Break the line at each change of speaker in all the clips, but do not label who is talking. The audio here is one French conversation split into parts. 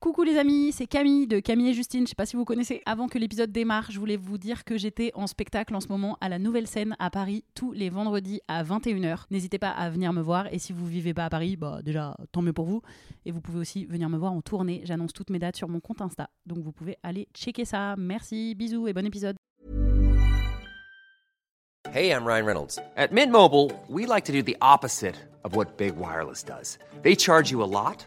Coucou les amis, c'est Camille de Camille et Justine. Je sais pas si vous connaissez. Avant que l'épisode démarre, je voulais vous dire que j'étais en spectacle en ce moment à la Nouvelle Scène à Paris tous les vendredis à 21h. N'hésitez pas à venir me voir et si vous vivez pas à Paris, bah déjà tant mieux pour vous. Et vous pouvez aussi venir me voir en tournée. J'annonce toutes mes dates sur mon compte Insta, donc vous pouvez aller checker ça. Merci, bisous et bon épisode.
Hey, I'm Ryan Reynolds. At Mint Mobile, we like to do the opposite of what Big Wireless does. They charge you a lot,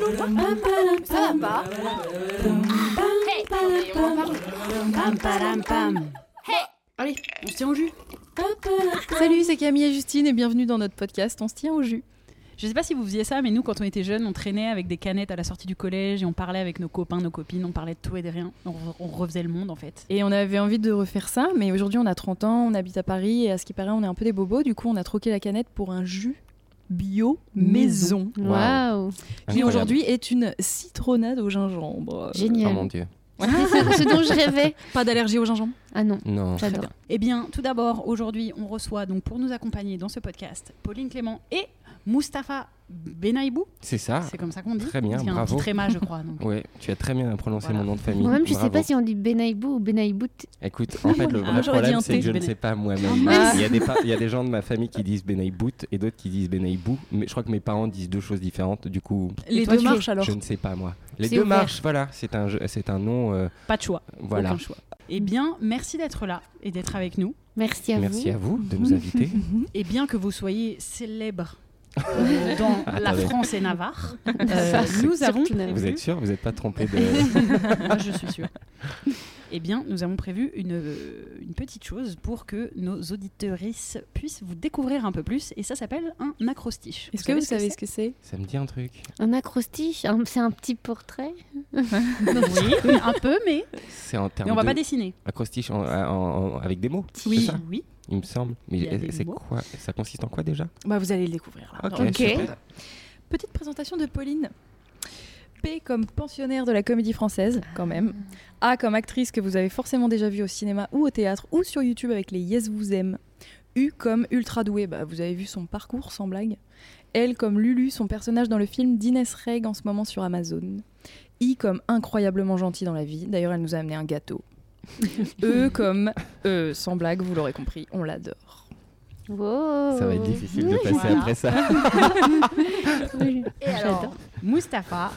Ça va pas
Allez, on se tient au jus.
Salut, c'est Camille et Justine et bienvenue dans notre podcast On se tient au jus.
Je sais pas si vous faisiez ça, mais nous, quand on était jeunes, on traînait avec des canettes à la sortie du collège et on parlait avec nos copains, nos copines, on parlait de tout et de rien. On, re- on refaisait le monde en fait.
Et on avait envie de refaire ça, mais aujourd'hui on a 30 ans, on habite à Paris et à ce qui paraît on est un peu des bobos, du coup on a troqué la canette pour un jus bio maison.
Waouh,
Qui aujourd'hui est une citronnade au gingembre.
génial.
Oh mon dieu.
Ah, C'est ce, ce dont je rêvais.
Pas d'allergie au gingembre
Ah non,
Non.
j'adore.
Eh bien, tout d'abord, aujourd'hui, on reçoit donc pour nous accompagner dans ce podcast Pauline Clément et Mustapha Benaibou.
C'est ça
c'est comme ça qu'on dit.
Ah, très bien,
Parce qu'il y a
bravo.
Un petit tréma, je crois. donc.
Ouais, tu as très bien prononcé
Voilà.
mon nom de famille.
Moi-même, je sais
Bravo.
pas si on dit Benaibou ou Benaïbout.
Écoute, en fait, le
Ah,
vrai
j'aurais dit un
problème, c'est
thé,
que je ne
Benaï.
sais pas moi-même.
Ah.
Il y, a des pa- il y a des gens de ma famille qui disent Benaïbout et d'autres qui disent Benaïbou. Mais je crois que mes parents disent deux choses différentes. Du coup,
Les
toi,
deux
tu-
marches alors.
je ne sais pas moi. Les
C'est
deux
ouvert.
marches, voilà. C'est un, jeu- c'est un nom. euh,
Pas de choix.
voilà.
Aucun choix. Eh bien, merci d'être là et d'être avec nous.
Merci à
Merci
vous.
à vous de nous inviter.
Et bien que vous soyez célèbre euh, dans la
Attendez.
France et Navarre, euh,
Ça, c'est
nous
surtout
avons
Navarre.
vous
prévu-
êtes sûr Vous n'êtes pas trompé de.
Moi, Ah, je suis sûre. Eh bien, nous avons prévu une, euh, une petite chose pour que nos auditrices puissent vous découvrir un peu plus, et ça s'appelle un acrostiche.
Est-ce que vous savez ce que c'est
Ça me dit un truc.
Un acrostiche, un- c'est un petit portrait.
c'est Oui, un peu, mais,
C'est en termes
mais on va
de
pas dessiner.
acrostiche en- en- en- avec des mots.
Oui,
C'est ça
oui.
Il me semble.
Il y a des
Mais c'est
mots.
quoi Ça consiste en quoi déjà
Bah vous allez le découvrir là.
Ok.
super.
Petite présentation de Pauline. P comme pensionnaire de la comédie française, quand même. A comme actrice que vous avez forcément déjà vue au cinéma ou au théâtre ou sur YouTube avec les Yes Vous Aime. U comme ultra douée, bah, vous avez vu son parcours sans blague. L comme Lulu, son personnage dans le film d'Inès Reg en ce moment sur Amazon. I comme incroyablement gentille dans la vie, d'ailleurs elle nous a amené un gâteau. e comme euh, sans blague, vous l'aurez compris, on l'adore.
Wow.
Ça va être difficile de passer
voilà.
après ça.
Oui.
Et alors, Mustapha,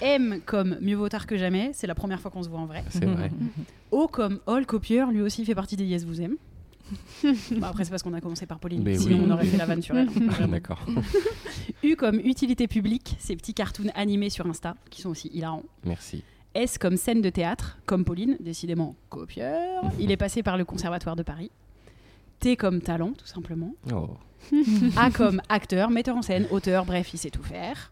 M comme mieux vaut tard que jamais, c'est la première fois qu'on se voit en vrai.
C'est vrai.
O comme All Copieur, lui aussi fait partie des Yes Vous Aime. Bah, après, c'est parce qu'on a commencé par Pauline,
Mais
sinon
oui.
on aurait fait la vanne sur elle.
Ah, D'accord.
U comme utilité publique, ces petits cartoons animés sur Insta, qui sont aussi hilarants.
Merci.
S comme scène de théâtre, comme Pauline, décidément copieur. Il est passé par le Conservatoire de Paris. T comme talent, tout simplement.
Oh.
A comme acteur, metteur en scène, auteur, bref, il sait tout faire.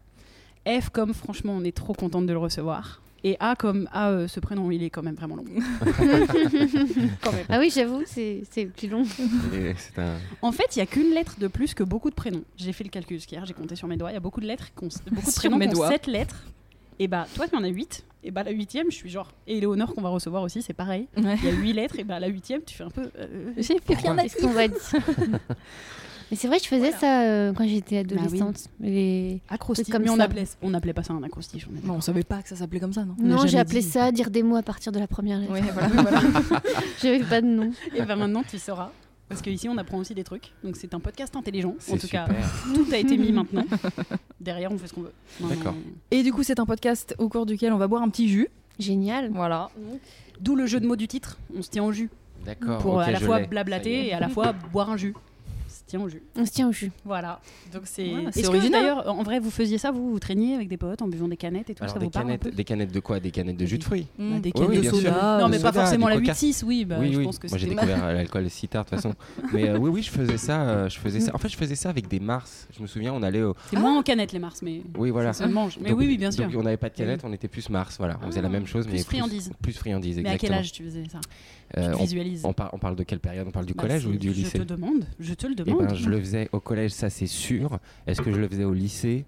F comme franchement, on est trop contente de le recevoir. Et A comme ah, euh, ce prénom, il est quand même vraiment long.
Ah oui, j'avoue, c'est c'est plus long.
Et C'est un.
En fait, il y a qu'une lettre de plus que beaucoup de prénoms. J'ai fait le calcul parce qu'hier, j'ai compté sur mes doigts. Il y a beaucoup de lettres, qui ont- beaucoup de
Sur
prénoms
mes
qui ont
doigts.
7 lettres. Et bah, toi, tu en as 8. Et bah, la huitième, je suis genre. Et Léonore, qu'on va recevoir aussi, c'est pareil.
Ouais.
Il y a 8 lettres, et bah, la huitième, tu fais un peu. euh,
J'ai plus rien à
Qu'est-ce qu'on va dire Mais c'est vrai, je faisais ça euh, quand j'étais
Bah
oui.
adolescente. Les-
acrostiche.
C'est comme
mais on
ça.
appelait, on n'appelait pas ça un acrostiche. on est
Non, on savait pas que ça s'appelait comme ça, non
Non, j'ai appelé ça dire des mots à partir de la première lettre. J'avais pas de nom.
d'accord. et bah, maintenant, tu sauras. Parce qu'ici, on apprend aussi des trucs. Donc, c'est un podcast intelligent. En
C'est
tout cas,
super.
tout a été mis maintenant. Derrière, on fait ce qu'on veut. Non, non,
D'accord.
non.
Et du coup, c'est un podcast au cours duquel on va boire un petit jus.
Génial.
Voilà.
D'où le jeu de mots du titre. On se tient au jus.
D'accord.
pour
Ah, ok,
à la
je
fois
l'ai. Ça y
blablater
est.
et à la fois boire un jus. tient au jus.
On se tient au jus.
Voilà. Donc c'est
Voilà,
Est-ce
c'est
que,
original.
D'ailleurs, en vrai, vous faisiez ça, vous, vous traîniez avec des potes en buvant des canettes et tout,
Alors
ça
des
vous parle un
canettes,
peu
des canettes de quoi Des canettes de jus de fruits.
Mmh. Mm.
Bah, Des
Oui,
canettes
oui,
de
bien
soda.
sûr.
Non, mais
Du
pas
soda,
forcément
du
la
coca.
8-6, oui. bah,
oui,
je
oui.
pense que
Moi, j'ai
c'était-
découvert l'alcool si tard, de toute façon. Mais euh, oui, oui, je faisais ça. euh, je faisais ça. En fait, je faisais ça avec des mars. Je me souviens, on allait au.
C'est moins en canette, les Mars, mais
Oui, voilà.
ça se mange. Mais
Donc-
oui, oui, bien sûr.
Donc, on n'avait pas de canette, on était plus mars. Voilà, on faisait la même chose,
Plus
mais
friandise.
Plus friandise,
Mais à quel
exactement.
âge tu faisais ça
Euh,
Tu
on-
visualises
on, par- on parle de quelle période On parle du
Bah,
collège
c'est-
ou du lycée
Je te demande, je te le
Eh
demande.
ben, je le faisais au collège, ça c'est sûr. Est-ce que je le faisais au lycée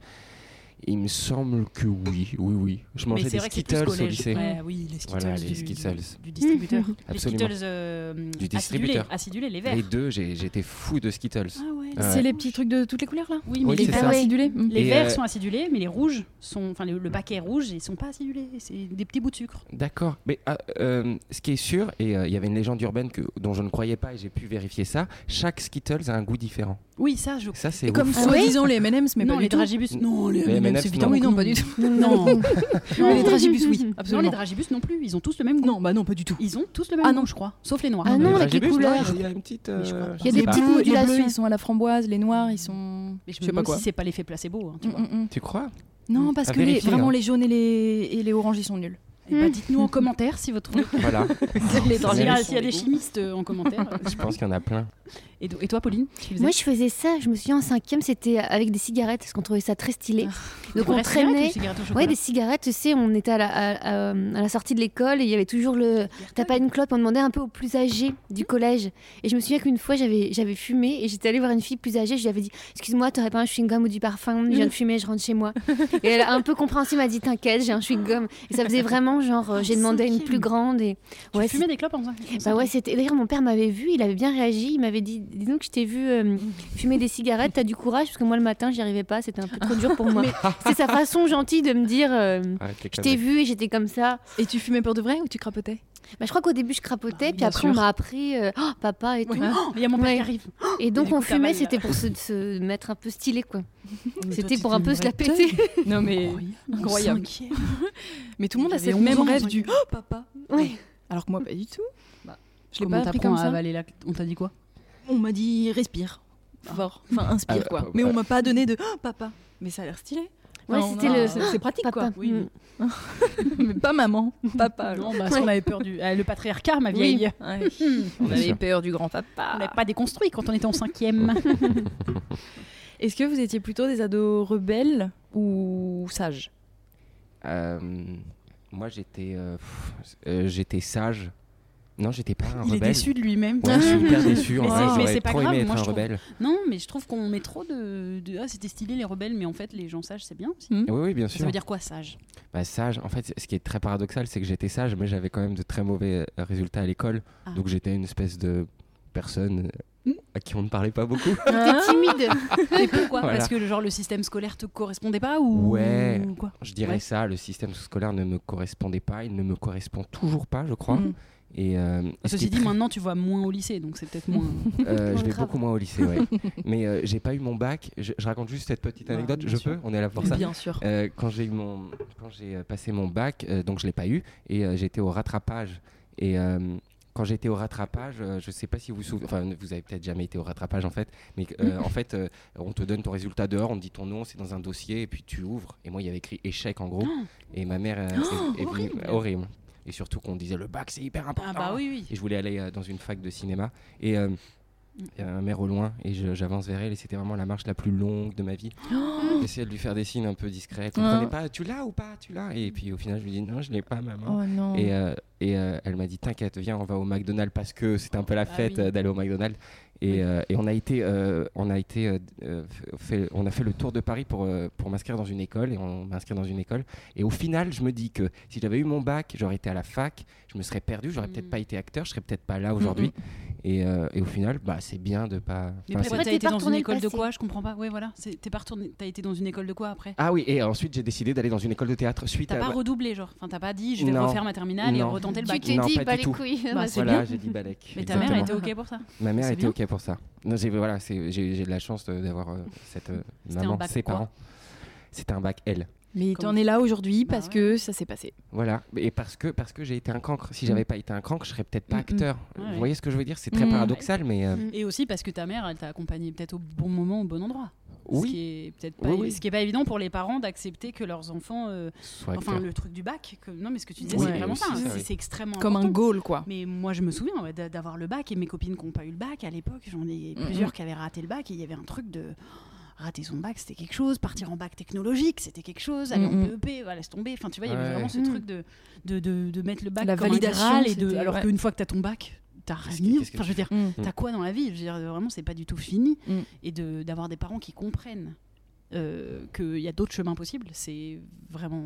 Il me semble que oui, oui, oui. Je
mais
mangeais
c'est
des
vrai que c'est plus
Skittles au
collège.
lycée.
Ouais, oui, les Skittles,
Voilà, les
du,
Skittles.
du distributeur. les
Absolument.
Skittles euh,
Du distributeur.
Acidulés, acidulés, les
Les
verts.
deux, j'ai- j'étais fou de Skittles.
Ah ouais.
Ah
C'est les petits trucs de toutes les couleurs là
Oui, mais
Oui,
les,
c'est
verts,
ça.
ouais.
Acidulés Mm.
les
Et,
verts
euh,
sont acidulés, mais les rouges sont. Enfin, le, le paquet est rouge, ils sont pas acidulés. C'est des petits bouts de sucre.
D'accord. Mais ah, euh, ce qui est sûr, et euh, il y avait une légende urbaine que, dont je ne croyais pas et j'ai pu vérifier ça, chaque Skittles a un goût différent.
Oui, ça, je.
Ça c'est
Et comme
ouf.
Ah
soi-disant les M&M's, mais
non,
pas
les
du tout.
dragibus. Non, les
Les
M&M's,
M&M's,
c'est évidemment.
non.
Ah oui, non, pas du tout.
Non,
Mais les dragibus, oui,
non, les
absolument.
dragibus non plus. Ils ont tous le même goût.
Non, bah non, pas du tout.
Ils ont tous le même
Ah
goût,
non.
je crois. Sauf les noirs.
Ah non,
Le
avec les
Dragibus, non,
couleurs.
Il y a une petite.
Mais je crois pas.
euh,
Il y a des
Les
petites
bleus, Les
modulations.
bleus, ils sont à la framboise, les noirs, ils sont.
Mais je
Je
me
sais pas
demande
quoi.
si c'est pas l'effet placebo. hein, tu vois.
Mm, mm, mm.
Tu crois
Non, parce
À
que les-
vérifier,
vraiment
hein.
les jaunes et les et les oranges, ils sont nuls.
Eh ben, Dites-nous en commentaire si vous trouvez.
Voilà.
S'il y a-
dragibus
s'il y a,
sont
des
des
chimistes euh, en commentaire. euh,
Je pense qu'il y en a plein.
Et, do- et toi, Pauline tu faisais-
Moi, je faisais ça, je me souviens en cinquième, c'était avec des cigarettes, parce qu'on trouvait ça très stylé.
Ah.
Donc, on
Vraie cigarette ou
traînait.
cigarette au
Ouais,
chocolat
des cigarettes, tu sais, on était à la, à- à- à la sortie de l'école et il y avait toujours le. T'as pas une clope On demandait un peu aux plus âgés
Mmh.
du collège. Et je me souviens qu'une fois, j'avais j'avais fumé et j'étais allée voir une fille plus âgée. Je lui avais dit Excuse-moi, t'aurais pas un chewing-gum ou du parfum Je viens de fumer, je rentre chez moi. et elle, un peu compréhensible, m'a dit T'inquiète, j'ai un chewing-gum. Et ça faisait vraiment genre, euh, j'ai demandé à une
cinquième.
plus grande. Et...
Tu
Ouais,
fumais des clopes en faisant
bah ouais, c'était. D'ailleurs, mon père m'avait vu, il avait bien réagi. Il m'avait dit Dis donc, je t'ai vu euh, fumer des cigarettes, t'as du courage, parce que moi, le matin, j'y arrivais pas, c'était un peu trop dur pour moi. C'est sa façon gentille de me dire euh,
Arrête les
Je t'ai
conneries.
vu et j'étais comme ça.
Et tu fumais pour de vrai ou tu crapotais
Bah, je crois qu'au début, je
Bah,
crapotais, puis
bien
après,
sûr.
on m'a appris euh, Oh, papa et tout.
Il y a mon père
Ouais.
qui arrive.
Et donc,
Écoute,
on
Amal, là.
fumait, c'était pour se, se mettre un peu stylé, quoi.
toi,
C'était
tu
pour un
fais
peu
une
se la
vraie
péter.
Non, mais. Incroyable. Oh, Mais tout le monde a
J'avais
cette
11
même
ans,
rêve
moi.
du Oh papa
Ouais.
Alors que moi, pas du tout. je l'ai
Comment
pas appris
t'apprends
comme
à
ça.
avaler la On t'a dit quoi
On m'a dit respire fort, enfin inspire
Ah,
quoi.
bah,
Mais
bah.
on m'a pas donné de Oh, papa. Mais ça a l'air stylé.
Ouais,
Enfin, on
c'était
a-
le-
c'est- C'est pratique quoi.
Papa.
Oui.
Mm.
Mais pas maman,
Ah,
papa.
Non,
genre.
bah, ça, on avait peur du. Ah, le patriarcat, ma vieille.
Ouais. On
Bien
avait
sûr.
peur du grand
Ah.
On
papa.
n'avait pas déconstruit quand on était en cinquième.
Oh,
Est-ce que vous étiez plutôt des ados rebelles ou sages
Euh, Moi j'étais euh, pff, euh, j'étais sage. Non, j'étais pas un
Il est
rebelle.
déçu de lui-même.
Ouais, je suis hyper déçu.
Mais
en
c'est-
vrai,
mais
j'aurais
c'est pas
trop
grave,
aimé être
moi,
un
je trouve.
rebelle.
Non, mais je trouve qu'on met trop de. de- Ah, c'était stylé les rebelles, mais en fait, les gens sages, c'est bien aussi.
Oui, oui, bien
Ça
sûr.
veut dire quoi, sage
Bah, sage. En fait, ce qui est très paradoxal, c'est que j'étais sage, mais j'avais quand même de très mauvais euh, résultats à l'école.
Ah.
Donc j'étais une espèce de personne euh, à qui on ne parlait pas beaucoup.
T'es
Ah,
timide.
Et pourquoi
Voilà.
Parce que genre, le système scolaire te correspondait pas ou
Ouais.
ou quoi
je dirais
Ouais.
ça. Le système scolaire ne me correspondait pas. Il ne me correspond toujours pas, je crois.
Mhm.
Et euh, ce qui
Mm. Ceci
est
dit,
très-
maintenant, tu vois moins au lycée, donc c'est peut-être moins.
Euh, je vais
grave.
beaucoup moins au lycée, ouais. mais euh, j'ai pas eu mon bac. Je, je raconte juste cette petite
Bah,
anecdote.
bien
je
sûr.
peux On est là pour ça.
Bien sûr.
Euh, quand j'ai eu mon, quand j'ai euh, passé mon bac, euh, donc je l'ai pas eu, et euh, j'étais au rattrapage. Et euh, quand j'étais au rattrapage, euh, je sais pas si vous vous souvenez, enfin vous avez peut-être jamais été au rattrapage en fait, mais euh, en fait euh, on te donne ton résultat dehors, on te dit ton nom, c'est dans un dossier, et puis tu ouvres. Et moi il y avait écrit échec en gros, et ma mère euh, est,
Ah.
est venue-
Oh, horrible.
horrible. Et surtout qu'on disait le bac c'est hyper important.
Ah, bah oui, oui.
Et je voulais aller euh, dans une fac de cinéma. Et euh, il y a un maire au loin, et je- j'avance vers elle, et c'était vraiment la marche la plus longue de ma vie. J'essayais de lui faire des signes un peu discrets. Elle comprenait
Ah.
pas, tu l'as ou pas, tu l'as. Et puis au final, je lui dis, non, je l'ai pas, maman.
Oh non.
Mm.
Et, euh, et, euh, elle m'a dit, t'inquiète, viens, on va au McDonald's parce que c'est un peu la
bah
fête
oui.
euh, d'aller au McDonald's. Et, euh, et on a été, euh, on a été, euh, euh, f- fait, on a fait le tour de Paris pour, euh, pour m'inscrire dans une école et on m'a inscrit dans une école. Et au final, je me dis que si j'avais eu mon bac, j'aurais été à la fac, je me serais perdu, j'aurais
Mm.
peut-être pas été acteur, je serais peut-être pas là aujourd'hui. Et, euh, et au final, bah c'est bien de pas.
Mais
enfin,
après,
c'est-
t'as été
T'es
dans
pas
une
retourné le
école de
passé.
quoi Je comprends pas. Ouais, voilà. C'est- T'es pas retourné. T'as été dans une école de quoi après
Ah oui, et ensuite j'ai décidé d'aller dans une école de théâtre suite
T'as
à.
pas redoublé, genre. Enfin, t'as pas dit je vais
Non.
refaire ma terminale et
Non.
retenter le
Tu
bac.
t'es
Non,
dit,
pas
bah
du
les
tout.
couilles.
Bah,
Bah,
c'est
voilà,
bien.
j'ai dit Balek.
Mais ta mère
Exactement.
était ok pour ça.
Ma mère
C'est
était
bien.
ok pour ça. Non, j'ai voilà, c'est- j'ai j'ai de la chance de- d'avoir euh, cette euh,
C'était un
maman,
bac
ses
quoi
parents. C'était un bac L.
Mais
Comment
t'en es là aujourd'hui
Bah
parce
ouais.
que ça s'est passé.
Voilà. Et parce que, parce que j'ai été un cancre. Si j'avais pas été un cancre, je serais peut-être pas
Mm, mm.
acteur.
Ouais, ouais.
Vous voyez ce que je veux dire C'est très
Mm.
paradoxal, mais euh,
Mm.
Et aussi parce que ta mère, elle t'a accompagné peut-être au bon moment, au bon endroit. Ce
oui.
qui est peut-être pas,
Oui, oui.
ce qui est pas évident pour les parents d'accepter que leurs enfants. euh,
Soit
enfin,
acteur.
le truc du bac. que- non, mais ce que tu disais,
Oui,
c'est
et
vraiment
aussi
ça. hein,
ça,
c'est-
oui.
C'est extrêmement
Comme un
important.
goal, quoi.
Mais moi, je me souviens ouais, d'a- d'avoir le bac et mes copines qui n'ont pas eu le bac à l'époque. J'en ai
Mhm.
plusieurs qui avaient raté le bac et il y avait un truc de. oh, Rater son bac, c'était quelque chose. Partir en bac technologique, c'était quelque chose. Aller
Mhm.
en PEP, voilà, laisse tomber. Enfin, tu vois, il y avait
Ouais.
vraiment ce
Mhm.
truc de, de, de, de mettre le bac
Mm. La
comme un
validation,
Graal et de,
c'était-
alors
ouais.
qu'une fois que tu as ton bac, t'as
Qu'est-ce
rien.
que- qu'est-ce que
Enfin, je veux dire,
Mm.
t'as quoi dans la vie Je veux dire, vraiment, c'est pas du tout fini.
Mm.
Et de- d'avoir des parents qui comprennent euh, qu'il y a d'autres chemins possibles, c'est vraiment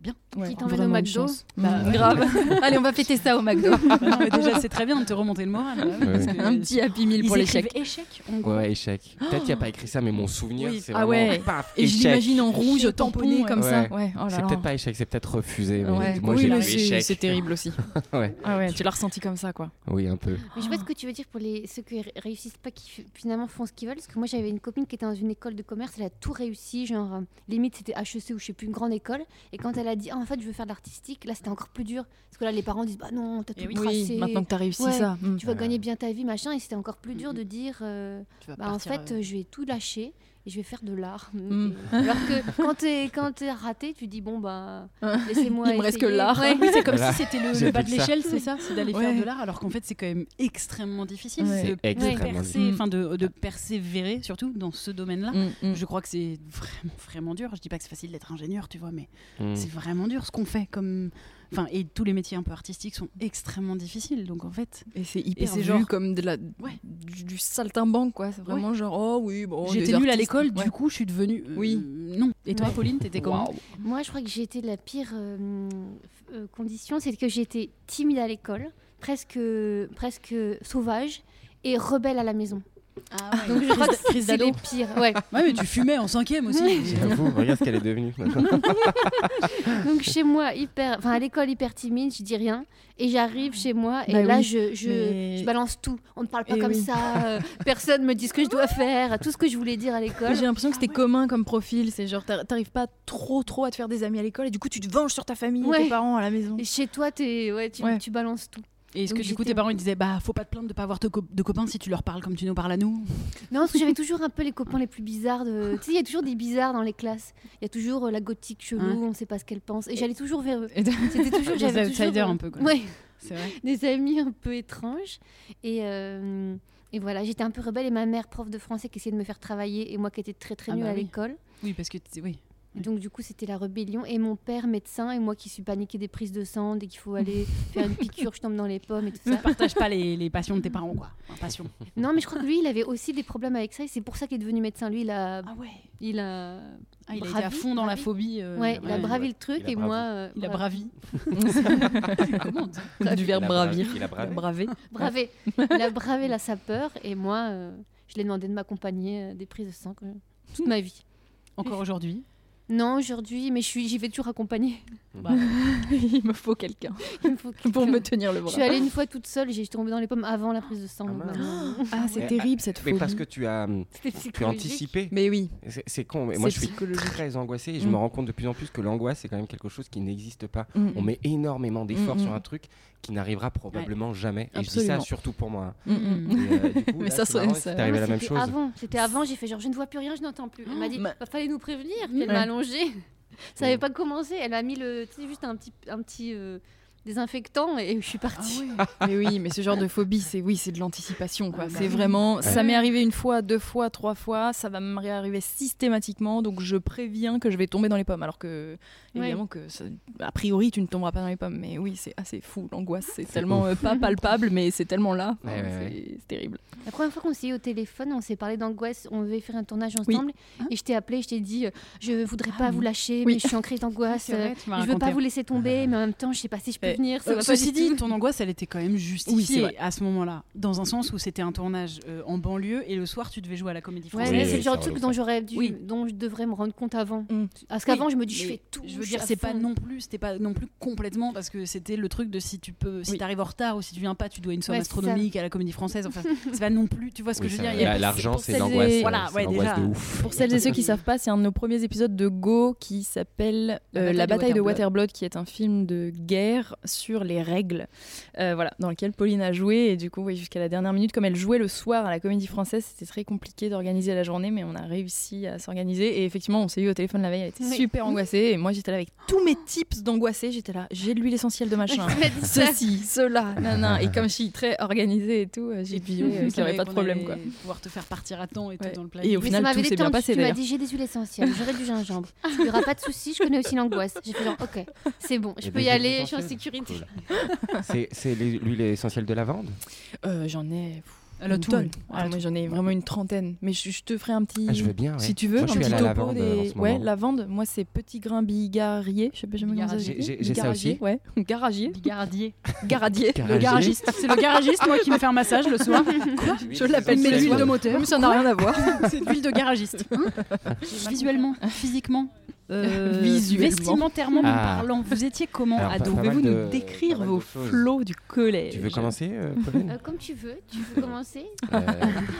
bien.
Ouais.
Qui t'emmène
Vraiment
au
une
McDo
chance.
Bah,
Mm.
ouais.
Grave. Allez, on va fêter ça au McDo.
Non, mais déjà, c'est très bien de te remonter le moral. là,
Ouais,
parce
ouais.
que
Un petit happy meal
ils
pour
écrivent
l'échec.
échec, en gros.
Ouais, échec. Peut-être qu'il n'y a pas écrit ça, mais mon souvenir,
Oui.
c'est
Ah
vraiment
ouais.
paf,
Et je
échec.
l'imagine en
Chez
rouge,
le tampon,
tamponné
ouais.
comme ça.
Ouais.
Ouais, oh là
C'est
là.
peut-être pas échec, c'est peut-être refusé. mais
Ouais.
Moi,
oui,
j'ai
mais
écrit
c'est
échec.
c'est terrible aussi.
Ouais.
Ah ouais, tu l'as ressenti comme ça, quoi.
Oui, un peu.
Mais je sais pas ce que tu veux dire pour les ceux qui ré- réussissent pas, qui fi- finalement font ce qu'ils veulent. Parce que moi, j'avais une copine qui était dans une école de commerce, elle a tout réussi, genre euh, limite c'était HEC ou je sais plus une grande école. Et quand elle a dit Ah, en fait je veux faire de l'artistique, là c'était encore plus dur parce que là les parents disent bah non t'as
Eh
tout
oui.
tracé,
maintenant que t'as réussi
Ouais.
ça. mm.
tu vas
Ouais.
gagner bien ta vie machin. Et c'était encore plus dur
Mhm.
de dire euh,
Tu vas
bah en
partir,
fait
euh,
euh, je vais tout lâcher et je vais faire de l'art.
Mm.
Et- Alors que quand t'es quand t'es raté, tu dis bon bah laissez-moi.
Il me reste que
essayer.
l'art.
Ouais.
Oui, c'est comme
Voilà.
si c'était le,
J'ai
le bas de
vu ça.
l'échelle, c'est ça C'est d'aller
Ouais.
faire de l'art, alors qu'en fait, c'est quand même extrêmement difficile
Ouais.
de,
C'est extrêmement
percer-
difficile.
enfin, de, de persévérer, surtout dans ce domaine-là.
Mm, mm.
Je crois que c'est vraiment, vraiment dur. Je dis pas que c'est facile d'être ingénieur, tu vois, mais
Mm.
c'est vraiment dur ce qu'on fait. Comme... Enfin, et tous les métiers un peu artistiques sont extrêmement difficiles. Donc en fait,
Et c'est hyper
c'est
vu
genre-
comme de la, du, du saltimbanque, quoi. C'est vraiment genre, oh oui, bon. des
j'étais nulle à
artistes.
l'école,
Ouais.
du coup, je suis devenue. euh,
Oui.
Non. Et toi,
Ouais.
Pauline, t'étais comment
Waouh.
Moi, je crois que j'ai été de la pire euh, f- euh, condition, c'est que j'étais timide à l'école, presque, presque sauvage et rebelle à la maison. Donc je crois que c'est
crise
c'est
d'ado.
les pires. Ouais.
Ouais, mais tu fumais en cinquième aussi.
J'avoue, regarde ce qu'elle est devenue.
Donc chez moi, hyper, enfin à l'école hyper timide, je dis rien et j'arrive chez moi et
Bah
là
oui,
je, je,
mais-
je balance tout. On ne parle pas
Eh
comme
oui.
ça. euh, personne me dit ce que je dois faire, tout ce que je voulais dire à l'école.
Mais J'ai
Ah
l'impression que c'était commun comme profil. C'est genre, t'ar- t'arrives pas trop, trop à te faire des amis à l'école et du coup, tu te venges sur ta famille et
Ouais.
tes parents à la maison.
Et chez toi, t'es- ouais, tu,
Ouais.
tu balances tout.
Et est-ce que
Donc
du coup,
j'étais-
tes parents ils disaient Bah, faut pas te plaindre de pas avoir te co- de copains si tu leur parles comme tu nous parles à nous
Non, parce que j'avais toujours un peu les copains les plus bizarres. De... Tu sais, il y a toujours des bizarres dans les classes. Il y a toujours euh, la gothique chelou,
Ouais.
on sait pas ce qu'elle pense. Et j'allais toujours vers eux.
Et de-
C'était toujours.
Des
j'avais toujours,
outsiders
euh,
un peu, quoi.
Ouais,
C'est vrai.
des amis un peu étranges. Et, euh, et voilà, j'étais un peu rebelle. Et ma mère, prof de français, qui essayait de me faire travailler. Et moi qui étais très très
Ah
nulle
bah
à
oui.
l'école.
Oui, parce que. t'es- Oui. Ouais.
Donc du coup, c'était la rébellion. Et mon père, médecin, et moi qui suis paniquée des prises de sang, dès qu'il faut aller faire une piqûre, je tombe dans les pommes et tout ça.
Tu partages pas les, les passions de tes parents, quoi. Enfin, passion.
Non, mais je crois que lui, il avait aussi des problèmes avec ça. Et c'est pour ça qu'il est devenu médecin. Lui, il a.
Ah ouais.
Il a...
Ah, il a été à
Bravi,
fond dans la
bravi.
phobie. euh,
Ouais, il a
ouais,
bravi
ouais.
le truc
Il a
et
bravi.
moi. euh,
Il a
voilà.
bravi. Comment on dit
du verbe
Il a bravi-
bravir.
il a bravé.
bravé.
bravé. Il a bravé la sapeur et moi, euh, je lui ai demandé de m'accompagner euh, des prises de sang quoi, toute ma vie.
Encore aujourd'hui.
Non, aujourd'hui, mais je suis- j'y vais toujours accompagnée.
il me faut quelqu'un
Il me faut que-
pour me tenir le
Je
bras.
suis allée une fois toute seule, j'ai tombé dans les pommes avant la prise de sang.
Ah,
donc,
mince.
maintenant,
Ah, c'est
Mais-
terrible cette
Mais
phobie.
parce que tu as,
C'était
tu as
psychologique.
anticipé.
Mais oui.
C'est- C'est con, mais moi
C'est
je suis
psychologique.
très angoissé et je
Mm.
me rends compte de plus en plus que l'angoisse c'est quand même quelque chose qui n'existe pas.
Mm.
On met énormément d'efforts
Mm, mm.
sur un truc qui n'arrivera probablement jamais. Et je dis ça
Absolument.
surtout pour moi. hein.
Mm, mm.
Et, euh, du coup,
Mais
là,
ça,
c'est
ça-
marrant,
ça-
c'est
Non,
arrivé la même
Ah, c'était
chose.
Avant, c'était avant, j'ai fait genre je ne vois plus rien, je n'entends plus. Elle m'a dit
mais-
bah, fallait nous prévenir. Puis elle
Ouais.
m'a allongée. Ça
Mm.
n'avait pas commencé. Elle m'a mis le, tu sais, juste un petit, un petit euh, désinfectant et je suis partie.
Mais Ah oui, mais ce genre de phobie, c'est oui, c'est de l'anticipation, quoi.
Ah bah
c'est
oui.
vraiment, ça m'est arrivé une fois, deux fois, trois fois, ça va me réarriver systématiquement, donc je préviens que je vais tomber dans les pommes, alors que
Ouais.
évidemment que ça- a priori tu ne tomberas pas dans les pommes, mais oui, c'est assez fou, l'angoisse, c'est tellement euh, pas palpable, mais c'est tellement là, Enfin,
Ouais, ouais,
c'est c'est terrible.
La première fois qu'on s'est eu au téléphone, on s'est parlé d'angoisse, on devait faire un tournage
Oui.
ensemble et je t'ai appelé, je t'ai dit euh, je voudrais
Ah
pas
oui.
vous lâcher,
Oui.
mais je suis en crise d'angoisse. euh,
tu m'as
Je veux pas
raconté.
vous laisser tomber, mais en même temps, je sais pas si je peux
Ouais.
venir. Ça
Euh,
va pas
Ceci
du
dit,
tout.
ton angoisse, elle était quand même
Oui, c'est
justifiée
vrai.
à ce moment-là, dans un sens où c'était un tournage euh, en banlieue et le soir, tu devais jouer à la comédie
Ouais,
française.
mais
Oui,
c'est le genre
ça
de
relou,
truc
ça.
dont j'aurais dû,
Oui.
dont je devrais me rendre compte avant.
Mm.
Parce qu'avant,
Oui,
je me dis, je
mais
fais tout.
Je veux
suis
dire,
à
c'est pas
fond.
non plus, c'était pas non plus complètement parce que c'était le truc de si tu peux, si
Oui.
t'arrives en retard ou si tu viens pas, tu dois une somme
Ouais, c'est ça.
astronomique à la Comédie Française. Enfin, c'est pas non plus, tu vois ce que
Oui,
je veux
ça-
dire. il y a-
la- L'argent,
pour
c'est
celles
l'angoisse.
et-
euh,
Voilà,
c'est
ouais,
l'angoisse
déjà.
de ouf.
Pour celles et ceux qui savent pas, c'est un de nos premiers épisodes de Go qui s'appelle
La
euh,
bataille
La
de
bataille de
Waterloo.
Waterloo, qui est un film de guerre sur les règles, euh, voilà, dans lequel Pauline a joué. Et du coup, oui, jusqu'à la dernière minute, comme elle jouait le soir à la Comédie Française, c'était très compliqué d'organiser la journée, mais on a réussi à s'organiser. Et effectivement, on s'est eu au téléphone la veille, elle était
Oui.
super angoissée. Et moi, j'étais là avec tous mes tips d'angoissée. J'étais là, j'ai de l'huile essentielle de machin.
Elle m'a dit ça.
Ceci, cela, nanan. Et comme je suis très organisée et tout, euh, j'ai
Et puis,
dit euh,
euh,
qu'il n'y aurait
qu'on
pas de problème.
allait
Quoi.
Pouvoir te faire partir à temps et
Ouais.
tout dans le
Et
planning.
au
Mais
final,
ça
tout
m'avait
s'est bien
détendu,
passé
Tu m'as
d'ailleurs.
dit j'ai des huiles essentielles, j'aurai du gingembre. Il n'y aura pas de souci, je connais aussi l'angoisse. J'ai fait genre ok, c'est bon, je
Et
peux y
Eh ben, des huiles
aller, je suis en
essentielles.
sécurité.
Cool. C'est- C'est les- l'huile essentielle de lavande
Euh, J'en ai
Elle a
Une
tout.
tonne.
Elle a
Ah,
tout.
moi j'en ai vraiment une trentaine. Mais je, je te ferai un petit.
Ah, Je veux bien. ouais.
Si tu veux,
Moi, je
un
suis
petit
à la
topo
lavande
des.
euh, en ce
ouais,
moment.
lavande. Moi c'est petit grain bigarier. Je sais pas jamais comment ça
Bigaragier.
s'écrit.
J'ai- j'ai- j'ai ça
Bigaragier,
aussi.
Ouais. Garagier.
Bigardier.
Garadier.
Le
Garagiste.
garagiste. C'est le garagiste, moi, qui me fait un massage le soir. Quoi
Oui,
Je
les
l'appelle mes
essentiels.
huiles de moteur.
Même si ça n'a rien à voir.
C'est de l'huile de garagiste. Hein Visuellement, physiquement, euh,
Visuellement.
vestimentairement mais
Ah.
parlant, vous étiez comment
Alors,
ado
pas- pas mal
Pouvez-vous nous
de-
décrire
pas mal de
vos
choses.
flots du collège
Tu veux commencer, euh, Pauline
Euh, comme tu veux, tu veux commencer
Euh,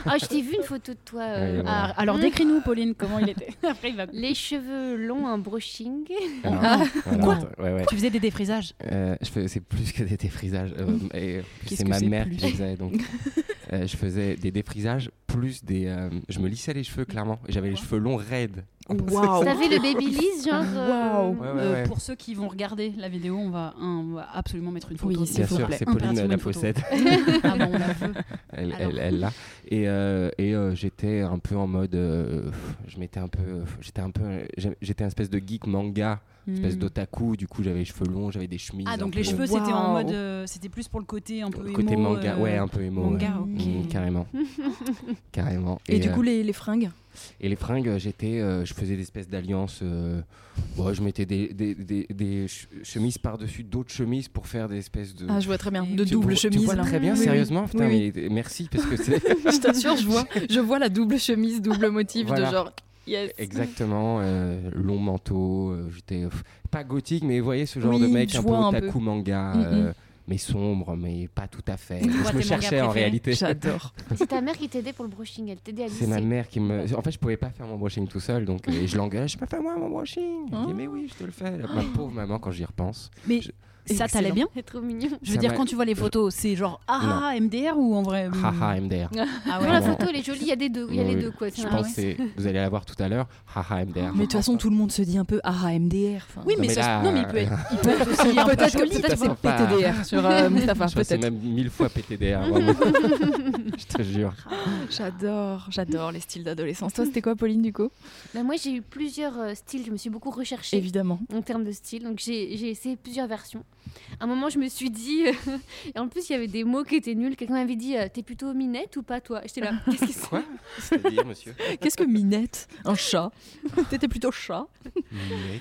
Ah, je t'ai vu une photo de toi. euh,
Ouais, ouais.
Ah, Alors décris-nous, Pauline, comment il était. Après, il va-
Les cheveux longs, un brushing.
alors,
Ah.
alors, attends, ouais, ouais.
Tu faisais des défrisages.
Euh, je fais- c'est plus que des défrisages. euh, et en plus,
Qu'est-ce
c'est
que
ma
c'est
mère
plus
qui les faisait. Donc, euh, je faisais des défrisages plus des. euh, je me lissais les cheveux clairement. et J'avais les cheveux longs raides.
Waouh.
T'avais le babyliss, genre. euh,
Oh. Waouh.
Ouais, ouais,
Euh,
ouais.
Pour ceux qui vont regarder la vidéo, on va, un- on va absolument mettre une
Oui,
photo.
s'il
Bien
faut
sûr,
rappeler.
c'est Pauline
Impérativement
la
une photo.
possède.
Ah bah, on la veut.
Elle,
Alors.
elle, elle l'a. Et, euh, et euh, j'étais un peu en mode. euh, pff, je m'étais un peu. euh, J'étais un peu. j'aim- J'étais un espèce de geek manga, espèce
Hmm.
d'otaku. Du coup, j'avais les cheveux longs, j'avais des chemises.
Ah
un
donc
peu-
les cheveux c'était en
Waouh.
mode euh, c'était plus pour le côté un peu
Côté
émo,
manga,
euh,
ouais, un peu émo. ouais.
manga, ok.
Mm, carrément. carrément.
Et, du
euh,
coup les, les fringues.
Et les fringues, j'étais, euh, je faisais des espèces d'alliances. euh, bon, je mettais des, des, des- des ch- chemises par-dessus d'autres chemises pour faire des espèces de.
Ah je vois très bien.
Tu
De
Tu
double
vois-
chemise.
Tu vois
là.
très bien,
Oui, oui.
sérieusement. Putain,
Oui, oui.
mais merci parce que c'est
Je t'assure, je vois. Je vois la double chemise, double motif
Voilà.
de genre. Yes.
exactement euh, long manteau. euh, j'étais pff, pas gothique, mais vous voyez ce genre
Oui,
de mec
je
un peu
vois un peu.
otaku manga,
Mm,
euh, mais sombre, mais pas tout à fait.
vois
je me
tes mangas
cherchais en
préférés
réalité.
J'adore.
C'est ta mère qui t'aidait pour le brushing, elle t'aidait à lisser.
C'est ma mère qui me. En fait, je pouvais pas faire mon brushing tout seul, donc euh, et je l'engage. Je peux faire moi mon brushing. Elle me
Oh.
dit, mais oui, je te le fais. Ma pauvre maman, quand j'y repense.
Mais
Je-
ça t'allait bien
C'est trop mignon.
Je veux
Ça
dire
m'a-
quand tu vois les photos c'est genre ah ah, MDR ou en vrai
euh,
hum,
Haha, MDR.
ah
Non, la
ouais.
Vraiment.
photo elle est jolie, il y a des deux, il y a les
Oui,
deux quoi.
Je
tiens.
pense que c'est- vous allez la voir tout à l'heure. Haha, MDR.
Ah Mais de toute façon, tout le monde se dit un peu ah MDR. enfin.
Oui mais,
mais
ça-
là, euh,
non mais il peut être, il peut être aussi un peu
Peut-être que
poli,
peut-être
tu vois.
c'est pas-
PTDR sur euh, Mustapha,
Je pense que c'est
peut-être.
même mille fois PTDR. vraiment. je te jure.
J'adore, j'adore les styles d'adolescence. Toi, c'était quoi, Pauline, du coup
Bah, moi j'ai eu plusieurs euh, styles, je me suis beaucoup recherchée.
Évidemment.
en termes de style. Donc j'ai j'ai essayé plusieurs versions. À un moment, je me suis dit, euh, et en plus il y avait des mots qui étaient nuls. Quelqu'un m'avait dit, euh, t'es plutôt minette ou pas toi J'étais là, qu'est-ce que c'est
Quoi C'est-à-dire, monsieur
Qu'est-ce que Minette Un chat T'étais plutôt chat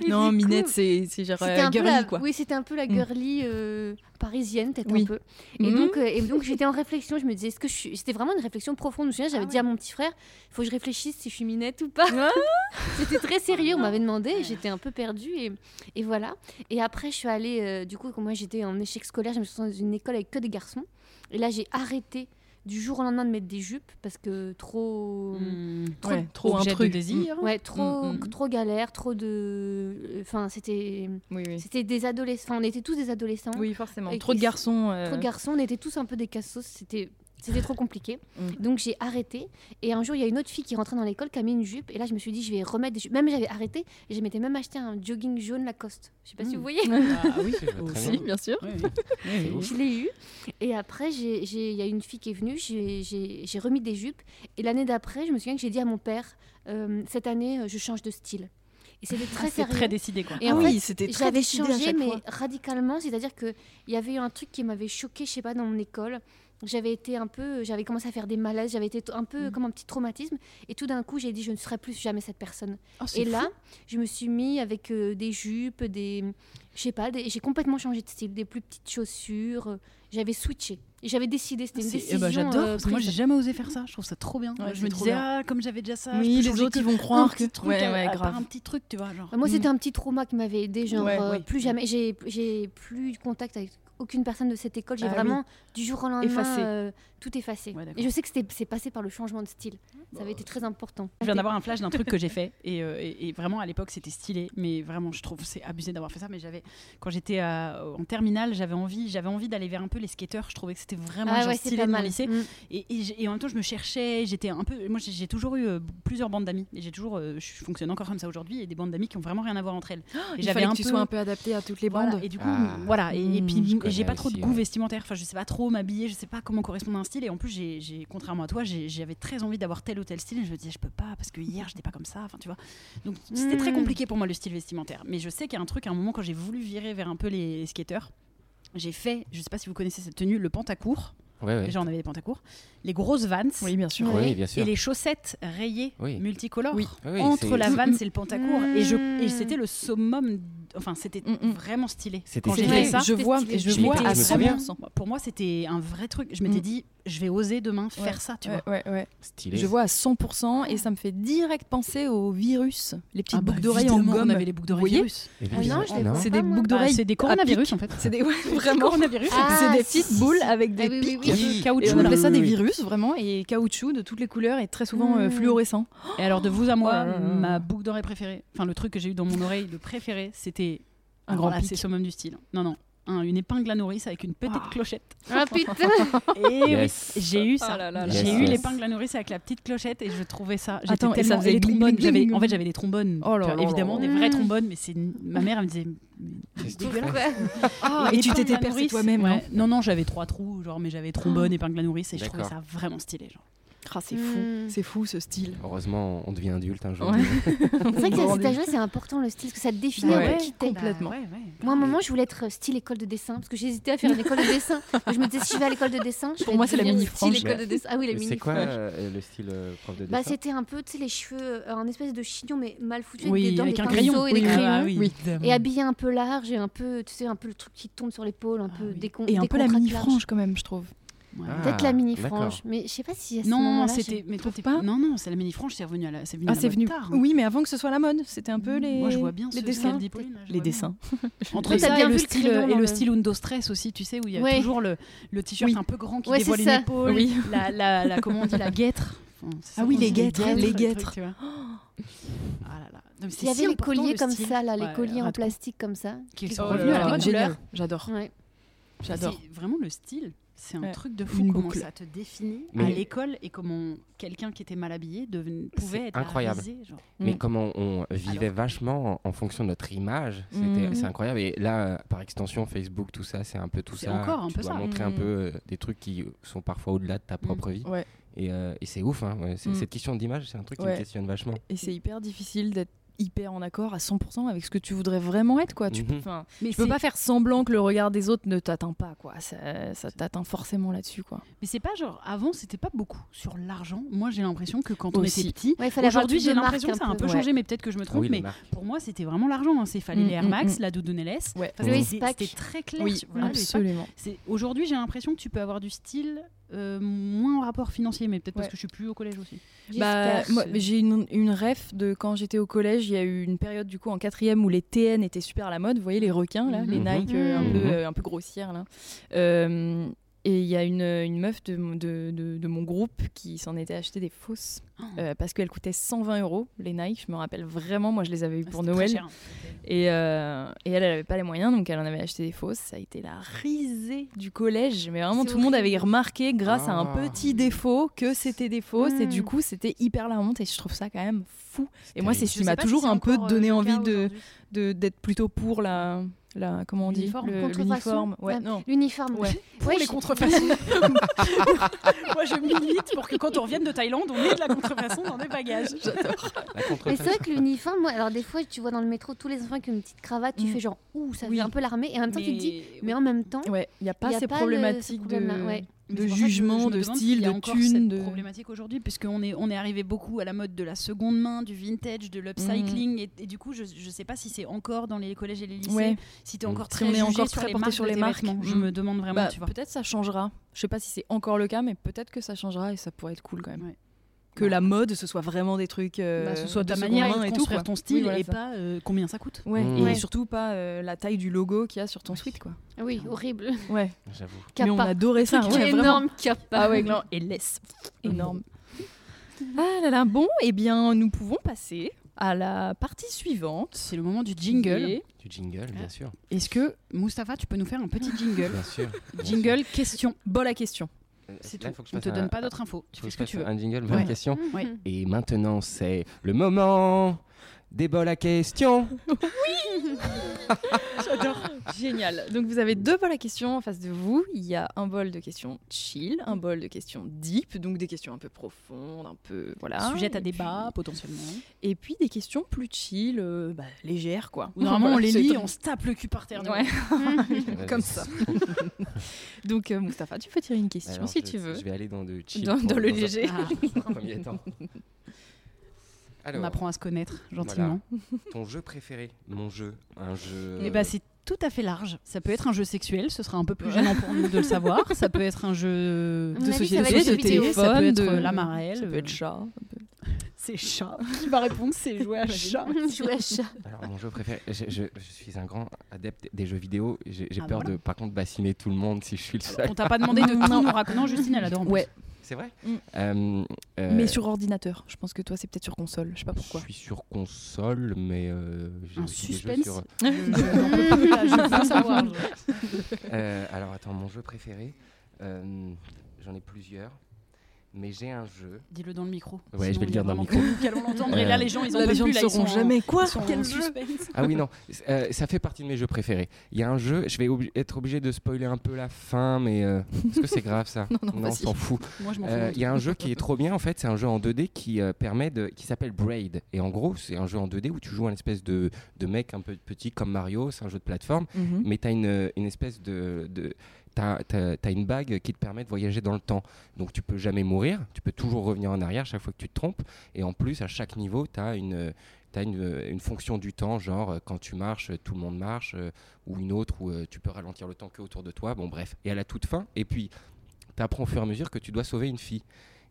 Et
Non,
du coup,
Minette, c'est c'est genre
C'était
euh,
un peu la,
girly, quoi.
oui, c'était un peu la
Mm.
girly euh, parisienne, peut-être
Oui.
un peu. Et
Mhm.
donc, euh, et donc j'étais en réflexion. Je me disais, est-ce que je suis... c'était vraiment une réflexion profonde. Je me souviens,
Ah
j'avais dit à mon petit frère, il faut que je réfléchisse si je suis minette ou pas. c'était très sérieux. On m'avait demandé. et J'étais un peu perdue et, et voilà. Et après, je suis allée. euh, du coup, comme moi, j'étais en échec scolaire. Je me suis dans une école avec que des garçons. Et là, j'ai arrêté du jour au lendemain de mettre des jupes parce que trop.
Hmm.
Hum,
Mmh. Ouais, trop
objet
intrus.
de désir.
Ouais, trop,
Mm, mm.
trop galère, trop de. Enfin, c'était,
Oui, oui.
c'était des adolescents. On était tous des adolescents.
Oui, forcément.
Et-
Trop de
et-
garçons. euh,
Trop de garçons, on était tous un peu des cassos, c'était c'était trop compliqué.
Mm.
Donc j'ai arrêté et un jour il y a une autre fille qui rentrait dans l'école qui a mis une jupe et là je me suis dit je vais remettre des jupes. Même j'avais arrêté et je m'étais même acheté un jogging jaune Lacoste. Je sais pas si
Mm.
vous voyez.
Ah oui,
Je vois très
Si, bien sûr.
oui, oui. Oui, oui.
Je l'ai eu et après j'ai- j'ai- il y a une fille qui est venue, j'ai- j'ai j'ai remis des jupes et l'année d'après je me souviens que j'ai dit à mon père euh, cette année euh, je change de style. Et c'était très
Ah, c'est
sérieux.
très décidé quoi.
Et en
Ah oui, c'était très
J'avais
décidé à
changé,
chaque
mais
fois.
radicalement. C'est-à-dire qu'il y avait eu un truc qui m'avait choqué, je sais pas, dans mon école. J'avais été un peu, j'avais commencé à faire des malaises, j'avais été t- un peu
Mm.
comme un petit traumatisme. Et tout d'un coup, j'ai dit, je ne serai plus jamais cette personne.
Oh, c'est
Et
fou.
là, je me suis mis avec euh, des jupes, des, je sais pas, des- j'ai complètement changé de style, des plus petites chaussures, euh, j'avais switché. Et J'avais décidé, c'était une
C'est-
décision.
eh ben, J'adore,
euh,
parce que moi
prise.
j'ai jamais osé faire ça, je trouve ça trop bien.
Ouais,
je
c'est
me
trop
disais,
bien.
ah, comme j'avais déjà ça,
Oui,
je peux
les
changer
autres,
que
ils vont
un
croire que-
petit truc,
Ouais,
à-
ouais,
à part
grave.
un petit truc, tu vois. Genre.
Bah, Moi,
Mm.
c'était un petit trauma qui m'avait aidé, genre
Ouais,
euh,
oui.
plus jamais, j'ai j'ai plus eu contact avec aucune personne de cette école, j'ai
Ah oui.
vraiment du jour au lendemain
Effacé.
euh, tout effacé.
Ouais, d'accord.
et je sais que c'était- c'est passé par le changement de style, ça avait été très important.
Je viens d'avoir un flash d'un truc que j'ai fait et, euh, et- et vraiment à l'époque c'était stylé mais vraiment je trouve c'est abusé d'avoir fait ça mais j'avais quand j'étais à- en terminale j'avais envie j'avais envie d'aller vers un peu les skateurs je trouvais que c'était vraiment
Ah
genre
ouais, c'est
stylé
pas
de mon
mal.
lycée
Mm.
et, et j'ai- et en même temps je me cherchais j'étais un peu moi j'ai j'ai toujours eu euh, plusieurs bandes d'amis et j'ai toujours euh, je fonctionne encore comme ça aujourd'hui et des bandes d'amis qui ont vraiment rien à voir entre elles Et
Il fallait que tu sois un peu adapté à toutes les
voilà,
bandes.
et du coup,
Ah.
voilà. Et, et
Mm,
puis,
je
m-
connais
j'ai pas trop de
aussi,
goût
ouais.
vestimentaire. Enfin, je sais pas trop m'habiller, je sais pas comment correspondre à un style. Et en plus, j'ai, j'ai- contrairement à toi, j'ai- j'avais très envie d'avoir tel ou tel style. Et je me disais, je peux pas parce que hier, j'étais pas comme ça. Enfin, tu vois. Donc, c'était très
Mm.
compliqué pour moi le style vestimentaire. Mais je sais qu'il y a un truc, à un moment, quand j'ai voulu virer vers un peu les skateurs, j'ai fait, je sais pas si vous connaissez cette tenue, le pantacourt.
Ouais, ouais.
Déjà, on avait des pantacourts. Les grosses vans.
Oui, bien sûr.
Ouais.
Oui, bien sûr.
Et les chaussettes rayées
Oui. Ah
multicolores
Oui.
Oui, oui,
entre
c'est-
la vanne et le pantacourt et je et
Mm.
c'était le summum enfin c'était
Mm, mm.
vraiment stylé
C'était
quand j'ai
stylé.
fait ça
je
c'était
vois,
stylé.
et je,
Je
vois
m'étais-
à
je me
100%.
souviens. pour moi c'était un vrai truc je m'étais
Mm.
dit je vais oser demain faire ça tu vois
Ouais, ouais, ouais.
Stylé.
Je vois à 100% et ça me fait direct penser au virus, les petites
Ah bah,
boucles d'oreilles en
évidemment, on
gomme.
avait les boucles d'oreilles
Vous voyez
virus
Évidemment,
non, je l'ai pas.
C'est des
moi.
boucles
Bah,
d'oreilles.
c'est des
à
coronavirus
pic.
en fait
C'est des ouais,
Des
vraiment.
coronavirus
Ah,
c'est des
si,
petites
si,
boules
si.
avec des
Ah oui, oui,
pics.
oui.
Oui.
de
Et
caoutchouc
on
là.
appelait ça des
oui.
virus vraiment et caoutchouc de toutes les couleurs et très souvent
Hmm.
euh,
Mm.
fluorescent.
et alors de vous à moi
Oh là là.
ma boucle d'oreille préférée enfin le truc que j'ai eu dans mon oreille le préféré c'était
Un
alors
grand
là,
pic.
c'est summum du style non non un- une épingle à nourrice avec une petite
Ah.
clochette
Ah putain
Et
Yes.
oui, j'ai eu ça.
Oh là là
là
j'ai
là.
eu
Yes.
l'épingle à nourrice avec la petite clochette et je trouvais ça. j'étais
Attends, et ça
tellement-
faisait
les
gling,
trombones.
gling, gling.
j'avais- En fait, j'avais des trombones.
Oh là
tu vois,
là
évidemment,
là.
des vrais
Mm.
trombones, mais c'est ma mère elle me disait.
Qu'est-ce que tu
dégueulasse.
Pourquoi
Ah,
Une
et tu
épingle
t'étais
à
percé
nourrice,
toi-même.
ouais.
hein.
Non, non, j'avais trois trous, genre, mais j'avais trombone, épingle à nourrice et je trouvais
D'accord.
ça vraiment stylé. Genre.
Ah, c'est fou,
Hmm.
Mm.
c'est fou ce style.
Heureusement, on devient adulte un jour.
Ouais.
C'est vrai que à cet âge-là, c'est important le style, parce que ça te définit
Bah
un peu
ouais,
qui t'es.
Complètement.
Bah, ouais, ouais.
Moi, à un moment, je voulais être euh, style école de dessin, parce que j'hésitais à faire une école de dessin. Je me disais, si je vais à l'école de dessin, je
Pour
vais
moi, c'est la
devenir
mini
style
frange.
école de dessin. Ah oui, la
Mais
mini
c'est quoi
frange.
euh, le style euh, prof de
Bah,
dessin
c'était un peu, tu sais, les cheveux, euh, un espèce de chignon, mais mal foutu, avec des
Oui,
dents,
avec
des
un
pinceaux
crayon.
et des
oui,
crayons.
ah oui.
Et habillé un peu large et un peu, tu sais, un peu le truc qui tombe sur l'épaule, un
Ah
peu
oui.
décon-
Et un peu la
décontracte
mini
large.
frange quand même, je trouve.
Ouais.
Ah,
Peut-être la mini
d'accord.
frange, mais je sais pas si à ce
Non,
moment-là,
c'était. Mais toi,
trouves
t'es-
pas
Non, non, c'est la mini franche, c'est revenu à la. C'est venu.
Ah,
à la
c'est
mode
venu.
tard, hein.
Oui, mais avant que ce soit la mode, c'était un peu les
Moi, je vois bien
les
ce- ce
dessins.
qu'elle dit, Pauline, là, je
les
vois bien.
dessins.
Entre
Oui, t'as
ça et
bien
le
vu le
style,
crayon
et
dans
le
le-
style Undo Stress aussi, tu sais, où il y a
Ouais.
toujours le, le t-shirt
Oui.
un peu grand qui
Ouais, c'est
dévoile une
ça.
épaule,
Oui.
la, la, la- comment on dit, la guêtre. Enfin, c'est ça
Ah oui,
qu'on
les
dit,
guêtres, les
le
guêtres.
truc, tu vois. Ah là là. Non, mais c'est
Il
si
y avait les
important,
colliers
le
comme
style.
ça, là, les
Ouais,
colliers en
raton.
plastique comme ça.
Qui
Qui
sont
sont
revenus à la mode.
Génial,
couleur.
j'adore,
Ouais.
j'adore.
C'est vraiment le style. C'est un
Ouais.
truc de fou
Une
comment
boucle.
ça te définit à
Mais-
l'école et comment quelqu'un qui était mal habillé deven- pouvait
C'est
être
incroyable.
Arisé, genre.
Mais
Mm.
comment on vivait
Alors-
vachement en, en fonction de notre image, c'était
Mm.
c'est incroyable. Et là, euh, par extension, Facebook, tout ça, c'est un peu tout
C'est
ça.
encore un
tu
peu
dois
ça. Mm.
montrer un
Mm.
peu euh, des trucs qui sont parfois au-delà de ta propre vie.
Ouais.
Et, euh, et c'est ouf. Hein, ouais. C'est-
Mm.
Cette question d'image, c'est un truc qui
Ouais.
me questionne vachement.
Et c'est hyper difficile d'être hyper en accord à 100% avec ce que tu voudrais vraiment être
Ah,
quoi. Tu peux,
Mhm.
enfin,
Mais
tu peux
c'est-
pas faire semblant que le regard des autres ne t'atteint pas quoi. Ça, ça t'atteint forcément là-dessus quoi.
Mais c'est pas genre avant, c'était pas beaucoup sur l'argent. Moi, j'ai l'impression que quand on
Aussi.
était petit,
Ouais, il fallait avoir
aujourd'hui,
toutes les
j'ai
marques
l'impression que ça a un peu
peu.
changé, mais peut-être que je me
Ah
trompe.
oui, les
mais
marques.
pour moi, c'était vraiment l'argent. hein. C'est fallait
Mm,
les Air Max,
mm, mm.
la doudoune LS.
Ouais.
Enfin,
Le
c'était-
Eastpak.
C'était très clair.
Oui,
Voilà, le Eastpak.
absolument.
C'est- Aujourd'hui, j'ai l'impression que tu peux avoir du style euh, moins en rapport financier, mais peut-être parce
Ouais.
que je suis plus au collège aussi.
Bah,
J'espère.
moi, mais j'ai une, une ref de quand j'étais au collège, il y a eu une période du coup en quatrième où les TN étaient super à la mode, vous voyez les requins là, les
Mhm.
Mm-hmm.
Nike euh, un, peu,
Mhm.
euh, un peu grossières là. Euh, et il y a une, une meuf de, mon- de, de- de mon groupe qui s'en était acheté des fausses
Oh.
euh, parce qu'elles coûtaient 120 euros les Nike, je me rappelle vraiment, moi je les avais eues pour
C'était très
Noël.
cher, hein.
Et, euh, et elle, elle n'avait pas les moyens, donc elle en avait acheté des fausses. Ça a été la risée du collège. Mais vraiment,
C'est
tout le monde
horrible.
avait remarqué, grâce à un
Ah.
petit défaut, que c'était des fausses. Et
Hmm.
du
Mm.
coup, c'était hyper la honte. Et je trouve ça quand même fou. Et moi, c'est ce
terrible.
Je
qui
sais
m'a
pas
toujours
si c'est
un peu
encore, euh,
donné
le
envie
cas
de
aujourd'hui.
de- d'être plutôt pour la. la comment on dit
L'uniforme.
Le-
Contrefaçon.
L'uniforme. Ouais,
Ah,
non.
L'uniforme.
Ouais.
Pour
Ouais,
les
je-
contrefaçons. Moi, je milite pour que quand on revienne de Thaïlande, on ait de la contrefaçon dans des bagages.
La
Mais
contrefaçon.
c'est vrai que l'uniforme, moi, alors des fois, tu vois dans le métro tous les enfants avec une petite cravate, tu
Mm.
fais genre, ouh, ça
Oui.
fait un peu l'armée. Et en même temps, tu te dis, mais en même temps,
Ouais, il n'y a pas
y a
ces
pas le- ce
problématiques de.
problème-là, ouais.
Mais
de
c'est pour ça que je- je
jugement,
me
de
demande
style,
s'il y a
de
encore
thune.
cette
de...
problématique aujourd'hui, puisqu'on est, on est arrivé beaucoup à la mode de la seconde main, du vintage, de
Mm.
l'upcycling, et, et du coup, je ne sais pas si c'est encore dans les collèges et les lycées,
Ouais.
si tu es
Mm.
encore
Si
très
on est
jugé
encore
sur
très
les
porté
marques
sur
de
les
tes
marques.
vêtements. Je
Mm.
me demande vraiment,
Bah,
tu vois.
peut-être ça changera. Je sais pas si c'est encore le cas, mais peut-être que ça changera et ça pourrait être cool quand même.
Ouais.
Que
Ouais.
la mode, ce soit vraiment des trucs. euh,
Bah, ce soit
de
ta
seconde
manière
main
de
et tout,
construire
quoi.
ton
Oui,
style
voilà,
et
ça. Mm.
pas euh, combien ça coûte.
Ouais,
Mmh.
et
Ouais.
surtout pas euh, la taille du logo qu'il y a sur ton sweat, quoi.
Ah oui, horrible.
Ouais,
J'avoue.
mais on
Kappa.
adorait ça.
Truc
ouais, vraiment.
énorme kappa.
Ah ouais, non, et laisse. Énorme. Ah là là, bon, eh bien, nous pouvons passer à la partie suivante.
C'est le moment du jingle.
Et-
Du jingle, bien sûr.
Est-ce que, Mustapha, tu peux nous faire un petit Ah. jingle
Bien sûr. bien sûr.
Jingle, question.
Bon, la question.
Euh,
C'est
là,
tout.
faut que je
On
fasse
te
un-
donne pas d'autres infos. Tu fais
faut
ce
que je
que
fasse
tu veux.
Un jingle, bonne
Ouais. Mm,
question.
Ouais.
Et maintenant, c'est le moment des bols à questions.
J'adore.
Ah.
Génial. Donc vous avez deux bols à questions en face de vous. Il y a un bol de questions chill, un bol de questions deep, donc des questions un peu profondes, un peu voilà.
Sujette à
Ah, Et puis-
débat, potentiellement.
et puis des questions plus chill, euh, bah, légères quoi.
Ou normalement, on
Voilà,
les
c'est
lit,
ton-
on se tape le cul par terre.
Ouais.
Vas-y.
comme ça. donc euh, Mustapha, tu peux tirer une question
Alors,
si
je-
tu veux.
Je vais aller dans le chill
Dans,
pour-
dans le
un
léger.
Ah,
premier temps.
on
Alors,
apprend à se connaître gentiment.
ton jeu préféré Mon jeu. Un jeu.
Et bah, c'est tout à fait large. Ça peut être un jeu sexuel, ce sera un peu plus gênant pour nous de le savoir. Ça peut être un jeu
À mon
de
avis, ça
société,
va être
de
jeux vidéo.
téléphone, ça peut être la marelle.
ça peut être
euh,
chat.
C'est chat. Ma réponse, c'est jouer à chat.
Jouer à chat.
Alors, mon jeu préféré. Je, je- je suis un grand adepte des jeux vidéo. J'ai j'ai
Ah,
peur
voilà.
de, par contre, bassiner tout le monde si je suis le seul.
On t'a pas demandé de tout nous raconter. Non, Justine, elle adore. en plus.
Ouais,
C'est vrai
Mm.
Euh, euh,
mais sur ordinateur. Je pense que toi, c'est peut-être sur console. Je sais pas
Je
pourquoi.
suis sur console, mais euh, j'ai
Un
aussi des jeux
suspense.
sur-
Je- je n'en peux plus, là, je veux savoir.
Euh, alors attends, mon jeu préféré, euh, j'en ai plusieurs, mais j'ai un jeu.
Dis-le dans le micro.
Ouais, je vais le dire dans le
Qu'allons l'entendre. Et
Euh,
là, les gens, ils en peuvent plus. là, ils sont en-
quoi
ils sont en suspense.
Ah oui non, c'est- euh, ça fait partie de mes jeux préférés. Il y a un jeu, je vais obli- être obligé de spoiler un peu la fin, mais euh, est-ce que c'est grave ça
Non, non,
on
vas-y.
s'en fout.
Moi, je m'en
Euh, Il
fous.
y a un jeu qui est trop bien en fait, c'est un jeu en 2D qui euh, permet de, qui s'appelle Braid. Et en gros, c'est un jeu en 2D où tu joues un espèce de, de mec un peu petit comme Mario, c'est un jeu de plateforme.
Mhm.
mais tu as une, euh, une espèce de. de T'as t'as- t'as une bague qui te permet de voyager dans le temps. Donc tu peux jamais mourir, tu peux toujours revenir en arrière chaque fois que tu te trompes. Et en plus, à chaque niveau, tu as, une, t'as une, une fonction du temps, genre euh, quand tu marches, euh, tout le monde marche, euh, ou une autre où euh, tu peux ralentir le temps que autour de toi. Bon, bref. Et à la toute fin, et puis tu apprends au fur et à mesure que tu dois sauver une fille.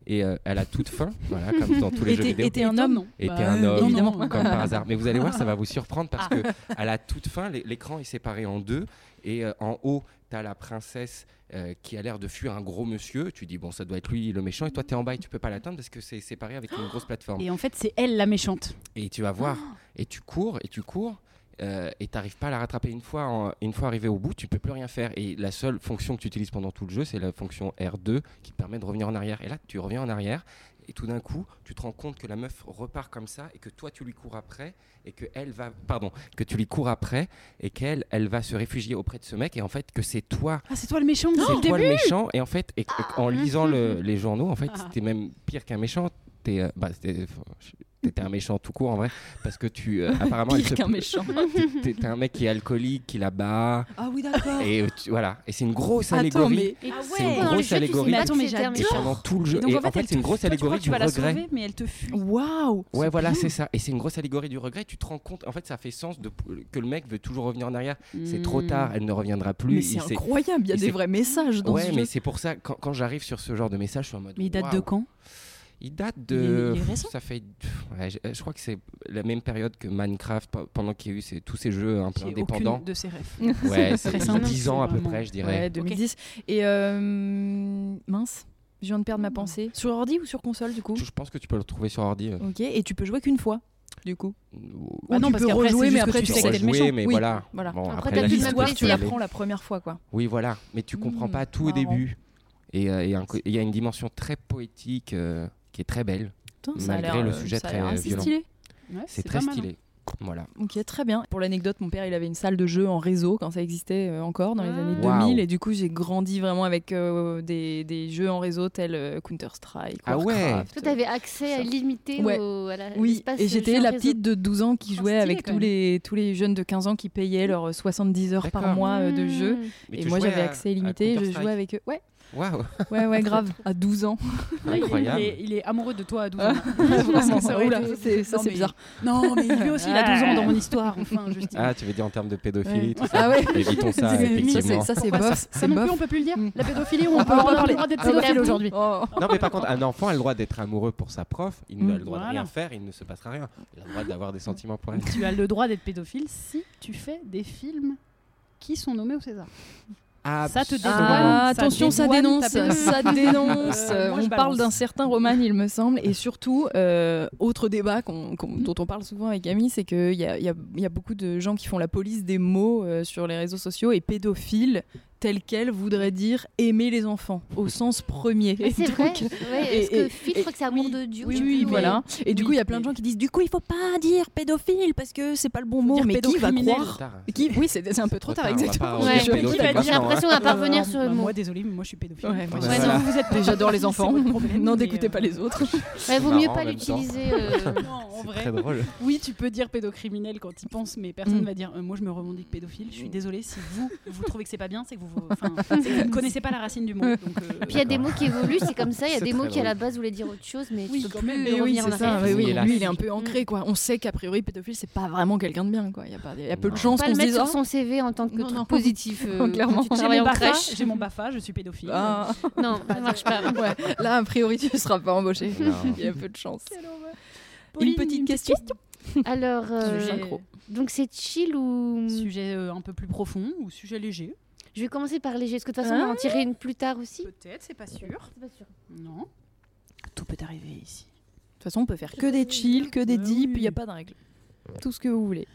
Et euh, à la toute fin, voilà, comme dans tous les
Et
jeux
t'es-
vidéo
et t'es un homme
non
et
Bah,
t'es un homme,
non,
évidemment.
non. Ah.
comme par hasard. Mais vous allez voir, ça va vous surprendre parce que à la toute fin, l'é- l'écran est séparé en deux et euh, en haut, t'as la princesse euh, qui a l'air de fuir un gros monsieur. Tu dis bon, ça doit être lui le méchant et toi t'es en bas et tu peux pas l'atteindre parce que c'est séparé avec une grosse plateforme.
Et en fait, c'est elle la méchante.
Et tu vas voir et tu cours et tu cours. euh, et t'arrives pas à la rattraper une fois, en- une fois arrivé au bout, tu peux plus rien faire. Et la seule fonction que tu utilises pendant tout le jeu, c'est la fonction R2 qui te permet de revenir en arrière. Et là, tu reviens en arrière et tout d'un coup, tu te rends compte que la meuf repart comme ça et que toi, tu lui cours après et que elle va, pardon, que tu lui cours après et qu'elle, elle va se réfugier auprès de ce mec et en fait que c'est toi
Ah, c'est toi le méchant depuis
c'est
le
toi
début.
le méchant et en fait et- et en lisant le- les journaux en fait t'es même pire qu'un méchant t'es euh, bah, t'es- t'étais un méchant tout court en vrai parce que tu euh, apparemment elle
Pire
se-
qu'un méchant.
t'es t'es un mec qui est alcoolique qui la bat
Ah oui, d'accord.
et euh, tu- voilà et c'est une grosse
Oh. Attends,
allégorie
mais
Et
Ah
c'est une
ouais.
grosse allégorie
Mais attends, mais j'adore.
et pendant tout le jeu et, en fait c'est une grosse allégorie du regret
mais elle te fuit.
waouh
Ouais, voilà, c'est ça. Et c'est une grosse allégorie du regret. Tu te rends compte, en fait, ça fait sens de, que le mec veut toujours revenir en arrière. C'est trop
Hmm.
tard, elle ne reviendra plus.
Mais
il
c'est
s'est-
incroyable, il y a
il
des
s'est-
vrais messages dans
Ouais,
ce
mais
jeu.
c'est pour ça, quand, quand j'arrive sur ce genre de message, je suis en mode.
Mais il date
waouh.
de quand
Il date
Il est-
de.
il est récent
ça fait. pff, ouais, je, je crois que c'est la même période que Minecraft, pe- pendant qu'il y a eu ces- tous ces jeux un peu
J'ai aucune
indépendants.
de ses rêves. C'est
Ouais, c'est
récent,
10 ans à peu
vraiment.
près, je dirais.
Ouais, 2010. Et euh, mince, je viens de perdre ma pensée. Sur ordi ou sur console du coup
Je je pense que tu peux le retrouver sur ordi. euh,
Ok, et tu peux jouer qu'une fois du coup.
ou-
Bah
Ou
non,
tu
parce
peux
qu'après,
rejouer,
c'est
mais
juste que
après
tu
tu
sais
sais
que
que
t'es
t'es
le
rejouer,
méchant.
mais
Oui,
voilà.
voilà.
Bon,
Après,
après,
t'as
la
plus de
histoire,
L'histoire,
L'histoire,
tu
tu l'avais.
l'apprends la première fois quoi.
Oui, voilà. Mais tu
Mmh,
comprends pas tout au
marrant.
début. Et euh, il y, a un co- il y a une dimension très poétique euh, qui est très belle.
Putain,
Malgré le sujet
ça a l'air
très
assez
violent.
stylé.
Ouais,
C'est
pas
très
mal, hein.
stylé. Voilà.
Ok, très bien. Pour l'anecdote, mon père, il avait une salle de jeu en réseau quand ça existait euh, encore dans les
Ah.
années
Waouh.
2000. Et du coup, j'ai grandi vraiment avec euh, des, des jeux en réseau tels euh, Counter-Strike.
Ah ouais.
Warcraft.
Toi, t'avais accès à
ça.
limité
Ouais.
au, à la-
Oui,
l'espace
et j'étais
jeu
la
réseau.
petite de 12 ans qui
Oh,
jouait
stylé,
avec
quand
tous
même.
les, tous les jeunes de 15 ans qui payaient leurs 70 heures par
D'accord.
mois euh, de
Mmh.
jeu.
Mais
et
tu
moi,
jouais
j'avais
à-
accès
à
illimité. Je
Counter-Strike.
jouais avec eux. Ouais,
Waouh,
ouais, ouais, grave. à 12 ans.
Là, il-
Incroyable.
Il est, il est amoureux de toi à 12
Ah,
ans. Je pense que ça aurait
Oula,
été-
c'est- ça,
Non,
c'est
mais-
bizarre.
Non, mais lui aussi, il a 12 ans dans mon histoire, enfin, Justine.
Ah, tu veux dire en termes de pédophilie,
Ouais.
tout ça
Ah ouais.
Évitons ça,
C'est-
effectivement.
ça, c'est- ça, c'est
Pourquoi
bof.
Ça, ça
c'est
non plus,
bof.
on peut plus le dire.
Mm.
La pédophilie, on,
On
peut
peut en
pas
parler.
le droit d'être
Ah, ouais.
pédophile aujourd'hui.
Oh.
Non, mais par contre, un enfant a le droit d'être amoureux pour sa prof, il n'a
Mm.
le droit
Voilà.
de rien faire, il ne se passera rien. Il a le droit d'avoir des sentiments pour elle.
Tu as le droit d'être pédophile si tu fais des films qui sont nommés au César. Ça te dédouane.
Ah,
Ça
attention, ça
dédouane
dénonce,
ta pédophilie.
ça dénonce.
Euh, moi, je
on parle
balance.
d'un certain Roman, il me semble, et surtout, euh, autre débat qu'on- qu'on-
Mm.
dont on parle souvent avec Camille, c'est qu'il y a, il y a- il y a beaucoup de gens qui font la police des mots euh, sur les réseaux sociaux et pédophile tel quel voudrait dire aimer les enfants au sens premier.
Ah, C'est
Donc,
vrai. Ouais, Est-ce
et- et-
que filtre
et-
que c'est amour
oui,
de Dieu
Oui,
tu
oui,
peux-
voilà. Et du
oui,
coup, il y a plein de
mais-
gens qui disent du coup, il faut pas dire pédophile parce que c'est pas le bon
Faut
mot.
dire
Mais qui va
pédocriminel.
croire
hein.
Qui- Oui, c'est c'est un peu trop
Trop
tard,
tard, on va
exactement.
pas
Ouais.
Je-
Qui va
je-
dire- J'ai l'impression à pas
Euh,
revenir sur le
bah,
mot.
Moi, désolé, mais moi, je suis pédophile.
Ouais, moi,
Ouais,
Ouais,
non,
voilà.
Vous êtes
Mais J'adore les
pédophile, c'est
enfants.
votre problème,
Non,
mais,
n'écoutez
euh,
pas les autres.
Ouais, vaut
C'est
mieux
marrant
pas
en même temps.
l'utiliser. euh,
Non, en
C'est
vrai.
très drôle.
Oui, tu peux dire pédocriminel quand tu penses, mais personne
Mm.
va dire euh, moi je me revendique pédophile. Je suis
Mm.
désolée si vous vous trouvez que c'est pas bien, c'est que vous, vous- enfin, c'est que vous ne connaissez pas la racine du mot. Donc, euh,
Puis il y a des
D'accord.
mots qui évoluent, c'est comme ça. Il y a
C'est
des mots
très
qui à la
drôle.
base voulaient dire autre chose, mais
Oui,
tu peux
quand
plus
même.
le
Et oui,
revenir en
c'est ça.
arrière.
oui, oui.
Hélas.
Lui, il est un peu ancré, quoi. On sait qu'a priori, pédophile, c'est pas vraiment quelqu'un de bien, quoi. Il y a, pas- y a peu de
Non.
chances
Pas le
qu'on se
mettre
dise.
sur
Oh,
son CV en tant que
Non,
truc
non.
positif. euh,
Clairement.
quand
J'ai
tu travailles
mon,
en
BAFA,
crèche.
j'ai mon BAFA, je suis pédophile.
ah.
Non, ça marche pas.
Ouais, là, a priori, tu ne seras pas embauché.
Non.
Il y a peu de chances.
Pauline,
une petite question.
Alors, euh,
Sujet,
synchro.
donc c'est chill ou.
sujet euh, un peu plus profond ou sujet léger
Je vais commencer par léger, parce que de toute façon, on va en tirer une plus tard aussi.
Peut-être, c'est pas sûr.
C'est pas sûr.
Non. Tout peut arriver ici.
De toute façon, on peut faire que des chill, que des
Ah
deep. Il
oui.
n'y a pas de règle. Tout ce que vous voulez.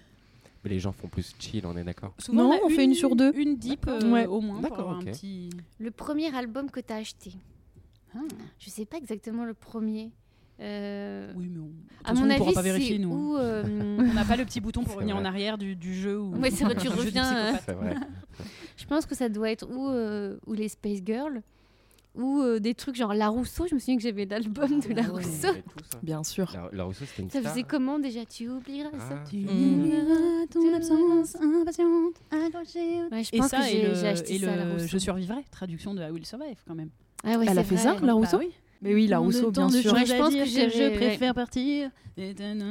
Mais les gens font plus chill, on est d'accord
Souvent,
Non,
a
on fait une sur deux.
Une deep euh,
Ouais.
au moins. pour
D'accord,
avoir
ok.
Un petit...
Le premier album que tu as acheté,
Ah,
je sais pas exactement le premier. Euh,
oui, mais on...
à
de toute façon,
mon
on pourra
avis,
pas vérifier,
c'est
nous. hein.
où. euh,
On n'a pas le petit bouton pour
C'est
revenir en
vrai.
arrière du, du jeu. Ou...
Ouais, c'est vrai, tu
Un jeu de
reviens, euh,
psychopathe.
C'est vrai.
Je pense que ça doit être ou, euh, ou les Space Girls ou euh, des trucs genre La Rousseau. Je me souviens que j'avais l'album de La
Ah Ouais.
Rousseau.
Bien sûr.
La, la Rousseau, c'était une
Ça
star.
faisait comment déjà Tu oublieras ça
Ah.
Tu
Mm.
oublieras ton absence impatiente, accrochée au-
Ouais, Je
Et
pense que
ça, et
j'ai j'ai
le,
acheté
et
ça à La
le
Rousseau.
Je survivrai, traduction de I Will Survive quand même.
Ah ouais,
Elle
c'est
a fait
vrai.
ça, La Rousseau
Bah oui.
Mais oui, la Rousseau, bien sûr.
Ouais, je pense que j'avais-
je préfère partir.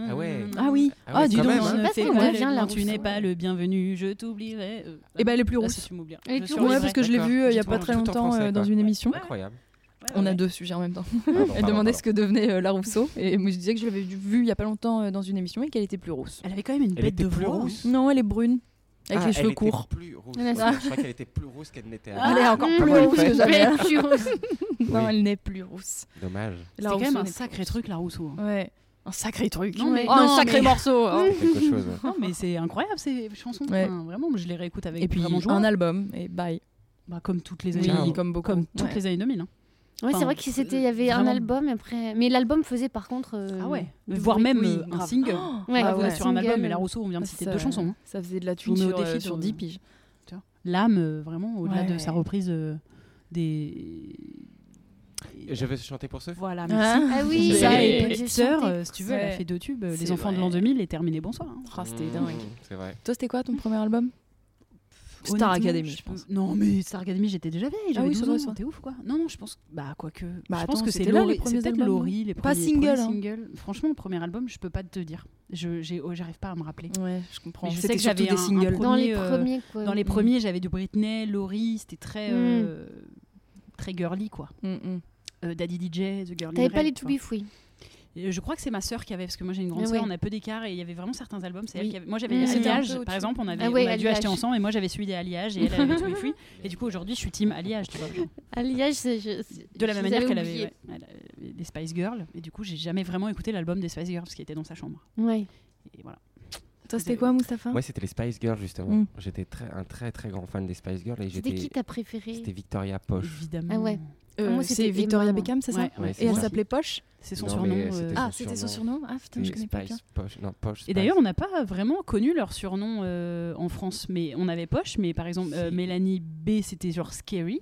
Ah
ouais.
Ah oui.
Ah,
ouais,
dis
quand
donc,
même,
je
hein.
ne
Je sais pas
fais
si on
pas
revient à
le-
la
non, tu
Rousseau,
n'es pas
ouais.
le bienvenu, je t'oublierai. Euh,
Eh ben, elle est plus
là,
rousse.
si tu m'oublieras.
Elle est
Je
plus
survivrai.
rousse.
Ouais, parce que je l'ai
D'accord.
vu euh, il y a
Tout
pas
en-
très
tout en
longtemps euh,
français,
dans
quoi.
une émission.
Ouais,
Incroyable.
ouais,
On a
ouais.
deux sujets en même temps.
Pardon,
Elle
pardon,
demandait
pardon.
ce que devenait euh, la Rousseau et moi je disais que je l'avais vue il y a pas longtemps euh, dans une émission et qu'elle était plus rousse.
Elle avait quand même une
Elle
bête
était
de
plus
voix.
rousse.
Non, elle est brune avec
Ah,
les
elle
cheveux
était
courts.
plus rousse.
Ah,
Ouais,
d'accord.
je crois qu'elle était plus rousse qu'elle n'était
Ah,
avant.
elle est encore
Mmh.
plus
Comment elle
rousse que
fait
Mais
jamais.
plus rousse.
Non,
Oui.
elle n'est plus rousse.
Dommage.
C'était
La
quand
Rousseau
même un
n'est plus
sacré
rousse.
truc, la Rousseau. hein.
Ouais, un sacré truc.
Non, mais-
Oh, un
non,
sacré
mais-
morceau. hein.
Quelque chose.
Non, mais c'est incroyable ces chansons.
Ouais.
Enfin, vraiment, je les réécoute avec
Et puis
vraiment joie.
un album et bye.
Bah, comme toutes les
Oui,
années,
Ciao.
comme beaucoup.
comme toutes
Ouais.
les années 2000. hein.
Ouais, c'est
Enfin,
vrai qu'il s'était- il y avait un
vraiment.
album et après, mais l'album faisait par contre. euh,
Ah ouais.
du
Voire même
rythme,
euh, un
grave.
single.
Ouais,
Ah
Ah
ouais,
ouais.
Sur un album,
Single.
mais la Rousseau, on vient de citer
Ça-
deux chansons. hein.
Ça faisait de la
Je vous
thune
mets au
sur,
défi
euh,
de-
sur 10 piges.
L'âme, euh, vraiment, au-delà
Ouais.
de sa reprise euh, des.
Je veux chanter pour ceux
Voilà, merci.
Ah,
Ah oui.
Ça
Et-
et
J'ai
Petite Sœur,
chanté.
euh, si tu veux, elle a
Ouais.
fait deux tubes, euh, Les
C'est
Enfants de
vrai.
l'an 2000 et terminé Bonsoir. hein.
Ah, c'était
Mmh,
dingue.
C'est vrai.
Toi, c'était quoi ton premier album Star
Honnêtement,
Academy, je
peux-
pense. Ah
Non, mais Star Academy, j'étais déjà vieille. J'avais
oui, c'est
12
vrai,
ans,
ça.
t'es ouf, quoi. Non, non, je pense. Bah, quoique.
Bah,
je pense
attends,
que c'est
c'était là,
Laurie-
les premiers
C'est peut-être
albums, non
Laurie, les
Pas
premiers,
single,
premiers
hein.
singles. Franchement, le premier album, je peux pas te dire. Je j'ai- oh, J'arrive pas à me rappeler.
Ouais, je comprends.
Mais je sais
C'était
que
surtout
j'avais
des
un- un
singles.
pro-
Dans les
Premier, euh,
premiers quoi.
Dans les
Mm.
premiers, j'avais du Britney, Laurie, c'était très. euh, Très girly, quoi.
Mm, mm.
Euh, Daddy DJ, The Girl in
T'avais pas
Red,
les
tu
To
vois.
Be Free.
Et Je crois que c'est ma sœur qui avait, parce que moi j'ai une grande
Ah
sœur,
ouais.
on a peu d'écart et il y avait vraiment certains albums. C'est
Oui.
elle qui avait- Moi
Mm.
j'avais
C'était un
peu
Alliage,
au-dessus.
par exemple, on, avait,
Ah ouais,
on a dû
Alliage.
acheter ensemble et moi j'avais celui des Alliages et elle avait celui des Free. Et du coup aujourd'hui je suis team Alliage, tu vois.
Alliage, c'est- je-
De la même
je les
manière
avais
qu'elle avait,
oubliés.
ouais, elle avait les Spice Girls et du coup j'ai jamais vraiment écouté l'album des Spice Girls parce qu'il était dans sa chambre.
Ouais.
Et voilà.
Toi, c'était quoi, Mustapha
Moi, c'était les Spice Girls, justement.
Mm.
J'étais très, un très, très grand fan des Spice Girls. et
C'était qui
j'étais
ta préférée
C'était Victoria Poche.
Évidemment.
Ah ouais.
Euh,
Moi,
c'est
c'était
Victoria
Emma, moi.
Beckham, c'est ça
Ouais,
Ouais,
ouais.
c'est
Et elle
ça.
s'appelait Poche.
C'est son
Non,
surnom.
mais c'était
euh,
son
Ah, c'était son surnom. Ah putain, je
Et
connais pas
Spice,
bien.
Poche, non, Poche,
Et
Spice.
d'ailleurs, on n'a pas vraiment connu leur surnom euh, en France, mais on avait Poche, mais par exemple, euh,
Si.
Mélanie B, c'était genre Scary.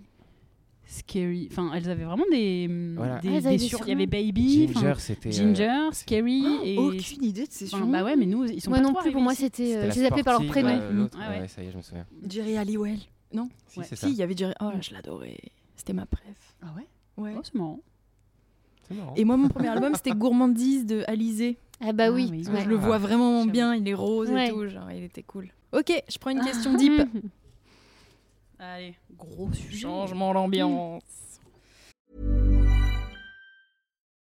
Scary. Enfin, elles avaient vraiment des. mm,
Voilà.
des,
Ah, elles
des
avaient des
sur- Il y
surnoms. Oh,
avait Baby, enfin,
Ginger, c'était. euh,
Ginger, Scary. et...
Aucune idée de ces
Enfin,
surnoms.
bah ouais, mais nous, ils sont
Moi
pas
non
trop
plus, pour moi,
arrivés ici.
c'était.
c'était
euh,
la
Je les appelais par leur
sportive,
prénom.
euh, l'autre,
Ah ouais.
ouais, ça y est, je me souviens.
Jerry Halliwell.
Si,
Ouais.
c'est ça.
Si, il y avait Jerry. Oh, je l'adorais. C'était ma préf.
Ah ouais
Ouais.
Oh, c'est marrant.
C'est marrant.
Et oh. moi, mon premier album, c'était Gourmandise de Alizé.
Ah bah
Ah
oui.
oui,
ouais.
Je le vois vraiment
j'avoue.
bien. Il est rose et
Ouais.
tout. Genre, il était cool. Ok, je prends une question deep.
Allez, gros
Mmh.
sujet.
Changement d'ambiance.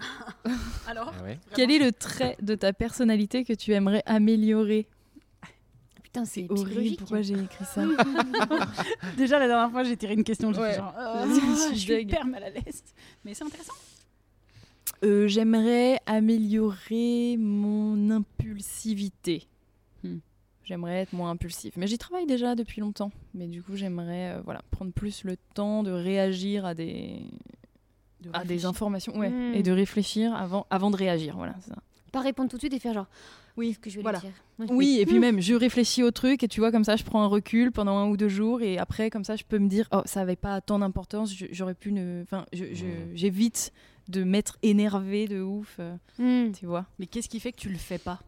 Ah ouais.
Quel est le trait de ta personnalité que tu aimerais améliorer
Putain, c'est
Horrible.
psychologique.
Pourquoi j'ai écrit ça
Déjà, la dernière fois, j'ai tiré une question, j'étais
Ouais.
genre, oh,
Je
je
suis
suis
deg.
hyper mal à l'aise. Mais c'est intéressant.
Euh, J'aimerais améliorer mon impulsivité.
Hmm.
J'aimerais être moins impulsif. Mais j'y travaille déjà depuis longtemps. Mais du coup, j'aimerais euh, voilà, prendre plus le temps de réagir à des,
De
Ah,
à des
réfléchir.
informations ouais,
Hmm.
et de réfléchir avant, avant de réagir. Voilà, c'est ça.
Pas répondre tout de suite et faire genre. Oui, ce que Hmm. je vais
voilà.
lui dire.
Oui, et puis même, je réfléchis au truc et tu vois, comme ça, je prends un recul pendant un ou deux jours et après, comme ça, je peux me dire, oh, ça n'avait pas tant d'importance, je- j'aurais pu ne. Enfin, je- je- j'évite de m'être énervé de ouf, euh,
Hmm.
tu vois.
Mm. Mais qu'est-ce qui fait que tu le fais pas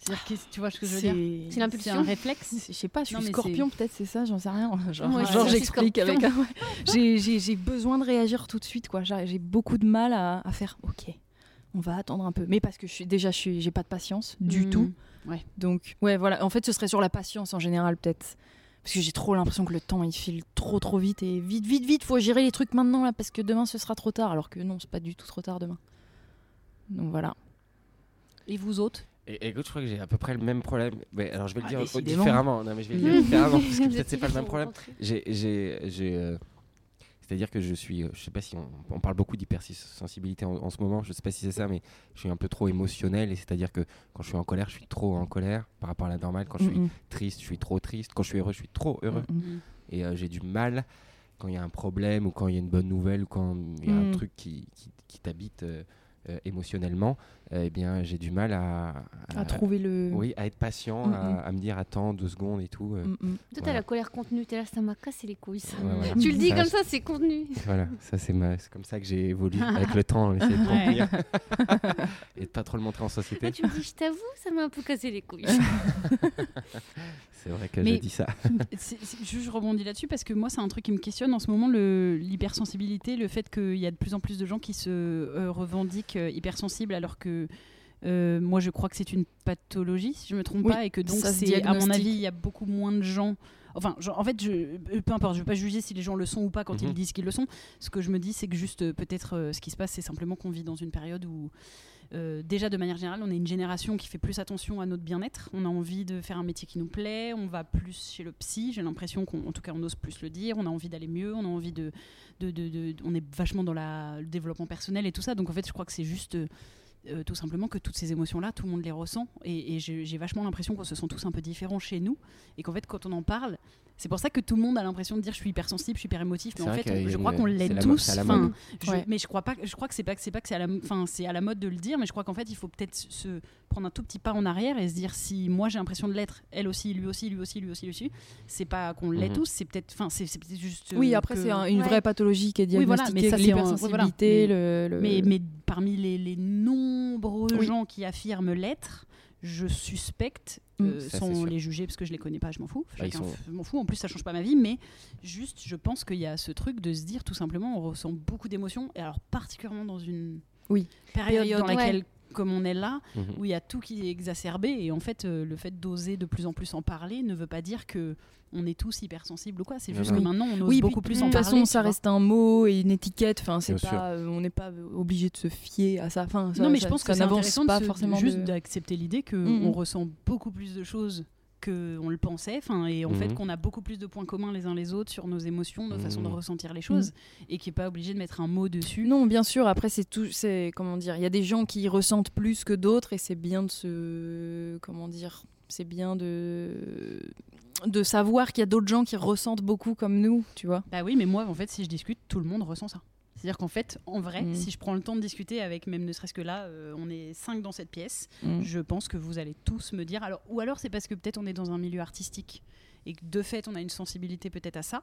C'est-à-dire, qu'est-ce- tu vois ce que je veux dire
C'est.
C'est l'impulsion.
un réflexe
Je sais pas, je
Non,
suis
mais
scorpion, peut-être, c'est ça, j'en sais rien. Genre,
Moi,
je
genre,
suis
j'explique avec.
scorpion.
Ouais. J'ai- J'ai j'ai besoin de réagir tout de suite, quoi. J'ai j'ai beaucoup de mal à, à faire, ok, on va attendre un peu. Mais parce que je suis, déjà, je suis- j'ai pas de patience du
Mmh.
Hmm.
tout. Donc, ouais, voilà. En fait, ce serait sur la patience en général, peut-être. Parce que j'ai trop l'impression que le temps il file trop trop vite et vite vite vite faut gérer les trucs maintenant là parce que demain ce sera trop tard alors que non c'est pas du tout trop tard demain donc voilà
Et vous autres
Et, et écoute, je crois que j'ai à peu près le même problème. Mais, alors, je vais
Ah,
le dire au-
décidément.
différemment. Non, mais je vais le dire différemment parce que
Vous
peut-être
êtes
c'est pas le
hyper
même problème.
concentrés.
J'ai, j'ai, j'ai, euh, c'est-à-dire que je suis, euh, je sais pas si on, on parle beaucoup d'hypersensibilité en, en ce moment, je sais pas si c'est ça, mais je suis un peu trop émotionnel et c'est-à-dire que quand je suis en colère, je suis trop en colère par rapport à la normale. Quand je suis
Mm,
triste, je suis trop triste. Quand je suis heureux, je suis trop
mm,
heureux.
mm,
Et euh, j'ai du mal quand il y a un problème ou quand il y a une bonne nouvelle ou quand il y a un
Mm.
truc qui, qui, qui t'habite euh, euh, émotionnellement. euh, eh bien, j'ai du mal à,
mm. à trouver le
Euh, oui, à être patient,
Mm,
à, à me dire attends deux secondes et tout. euh,
Mm, mm.
Toi, t'as
Voilà.
la colère contenue, t'es là, ça m'a cassé les couilles. ça.
ouais, voilà.
Tu le dis
Ça,
comme
je-
ça, c'est contenu.
Voilà, ça c'est ma... c'est comme ça que j'ai évolué avec le temps, essayer de contenir et de pas trop le montrer en
Là,
société.
tu me dis, je t'avoue, ça m'a un peu cassé les couilles.
C'est vrai que
Mais-
je dis ça.
C'est- c'est- je, je rebondis là-dessus parce que moi, c'est un truc qui me questionne en ce moment, le- l'hypersensibilité, le fait qu'il y a de plus en plus de gens qui se euh, revendiquent euh, hypersensibles alors que euh, moi, je crois que c'est une pathologie, si je me trompe
Oui,
pas, et que donc,
ça se
c'est, à mon
diagnostique.
avis, il y a beaucoup moins de gens. Enfin, genre, en fait, je, euh, peu importe, je ne veux pas juger si les gens le sont ou pas quand
Mhm.
ils disent qu'ils le sont. Ce que je me dis, c'est que juste, euh, peut-être, euh, ce qui se passe, c'est simplement qu'on vit dans une période où, euh, déjà de manière générale, on est une génération qui fait plus attention à notre bien-être. On a envie de faire un métier qui nous plaît. On va plus chez le psy. J'ai l'impression qu'on, en tout cas, on ose plus le dire. On a envie d'aller mieux. On a envie de, de, de- de- on est vachement dans la, le développement personnel et tout ça. Donc en fait, je crois que c'est juste. euh, euh, tout simplement que toutes ces émotions-là, tout le monde les ressent. Et, et j'ai j'ai vachement l'impression qu'on se sent tous un peu différents chez nous. Et qu'en fait, quand on en parle, c'est pour ça que tout le monde a l'impression de dire je suis hypersensible, je suis hyper émotif. Mais
C'est
en
vrai
fait,
qu'il y a
on- je
une-
crois qu'on
c'est
l'est
la mo-
tous.
c'est à la
Enfin,
mode.
je-
Ouais.
Mais je crois pas, je crois que c'est pas que c'est pas que c'est à la, enfin c'est à la mode de le dire, mais je crois qu'en fait il faut peut-être se prendre un tout petit pas en arrière et se dire si moi j'ai l'impression de l'être, elle aussi, lui aussi, lui aussi, lui aussi, lui aussi, c'est pas qu'on l'est
Mhm.
tous, c'est peut-être, enfin c'est c'est peut-être juste. euh,
oui après
que-
c'est un- une
Ouais.
vraie pathologie qui est
Oui, voilà,
diagnostiquée
mais ça, c'est en-
l'hypersensibilité
voilà.
le, le-
Mais, mais parmi les, les nombreux
Euh, Oui.
gens qui affirment l'être, je suspecte,
Mm.
euh,
Ça, c'est
sans
sûr.
les juger parce que je les connais pas, je m'en fous.
Bah, ils
Chacun
sont-
f- m'en fout. En plus, ça change pas ma vie, mais juste, je pense qu'il y a ce truc de se dire tout simplement, on ressent beaucoup d'émotions, et alors particulièrement dans une
Oui.
période,
Période,
dans laquelle comme on est là,
Mhm.
où il y a tout qui est exacerbé. Et en fait, euh, le fait d'oser de plus en plus en parler ne veut pas dire que on est tous hypersensibles ou quoi. C'est
Non,
juste
non.
que maintenant, on ose
Oui,
beaucoup
puis,
plus
De
en
toute
parler.
façon,
tu
ça
vois.
reste un mot et une étiquette. Enfin, c'est
Bien
pas, euh, on n'est pas obligé de se fier à ça. Enfin, ça-
non, mais
ça-
je pense
ça
que c'est
n'avance
intéressant de Mm-hmm.
pas
se-
forcément.
juste
de-
d'accepter l'idée que
Mhm.
on ressent beaucoup plus de choses que on le pensait, enfin, et en fait
Mhm.
qu'on a beaucoup plus de points communs les uns les autres sur nos émotions, nos façons de
Mhm.
ressentir les choses, et qui est pas obligé de mettre un mot dessus.
Non, bien sûr. Après, c'est tout. C'est comment dire. Il y a des gens qui ressentent plus que d'autres et c'est bien de se. Comment dire. C'est bien de de savoir qu'il y a d'autres gens qui ressentent beaucoup comme nous, tu vois.
Bah oui, mais moi, en fait, si je discute, tout le monde ressent ça. C'est-à-dire qu'en fait, en vrai,
Mhm.
si je prends le temps de discuter avec, même ne serait-ce que là, euh, on est cinq dans cette pièce,
Mm.
Mm.
je pense que vous allez tous me dire. Alors, ou alors c'est parce que peut-être on est dans un milieu artistique et que de fait on a une sensibilité peut-être à ça.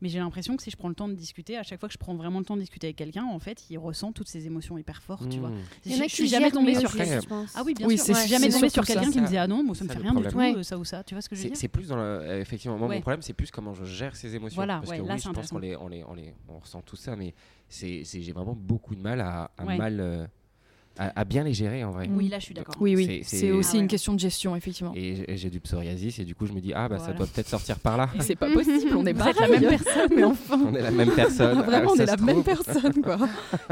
Mais j'ai l'impression que si je prends le temps de discuter, à chaque fois que je prends vraiment le temps de discuter avec quelqu'un, en fait, il ressent toutes ces émotions hyper fortes, tu vois.
Mm.
Il y en a
Je je
qui
suis jamais
gèrent
tombée
mieux
sur
aussi,
quelqu'un.
je pense.
Ah oui, bien
Oui,
sûr.
c'est-
Je suis jamais
c'est
tombée sur
surtout ça.
quelqu'un qui me
Ça-
disait ah non, moi ça me
ça,
fait
le
rien du tout,
problème.
Ouais.
euh, ça ou ça. Tu vois ce que je veux
C'est
dire
c'est plus dans le- euh, effectivement moi
Ouais.
mon problème c'est plus comment je gère ces émotions
Voilà,
parce
ouais,
que
là,
oui
c'est
je pense
intéressant.
qu'on les on les on les on ressent tout ça mais c'est c'est- j'ai vraiment beaucoup de mal à, à
Ouais.
mal euh, à, à bien les gérer en vrai
Oui, là je suis d'accord.
Oui, oui.
C'est-
C'est
c'est-
aussi
Ah ouais.
une question de gestion, effectivement.
et j'ai- et j'ai du psoriasis et du coup je me dis ah bah
Voilà.
ça doit peut-être sortir par là
C'est pas possible. On est
Vous
pas
êtes la même
personne, mais enfin.
on est la même personne Ah,
Vraiment, on
ça
est
se
la
trouve.
même personne, quoi.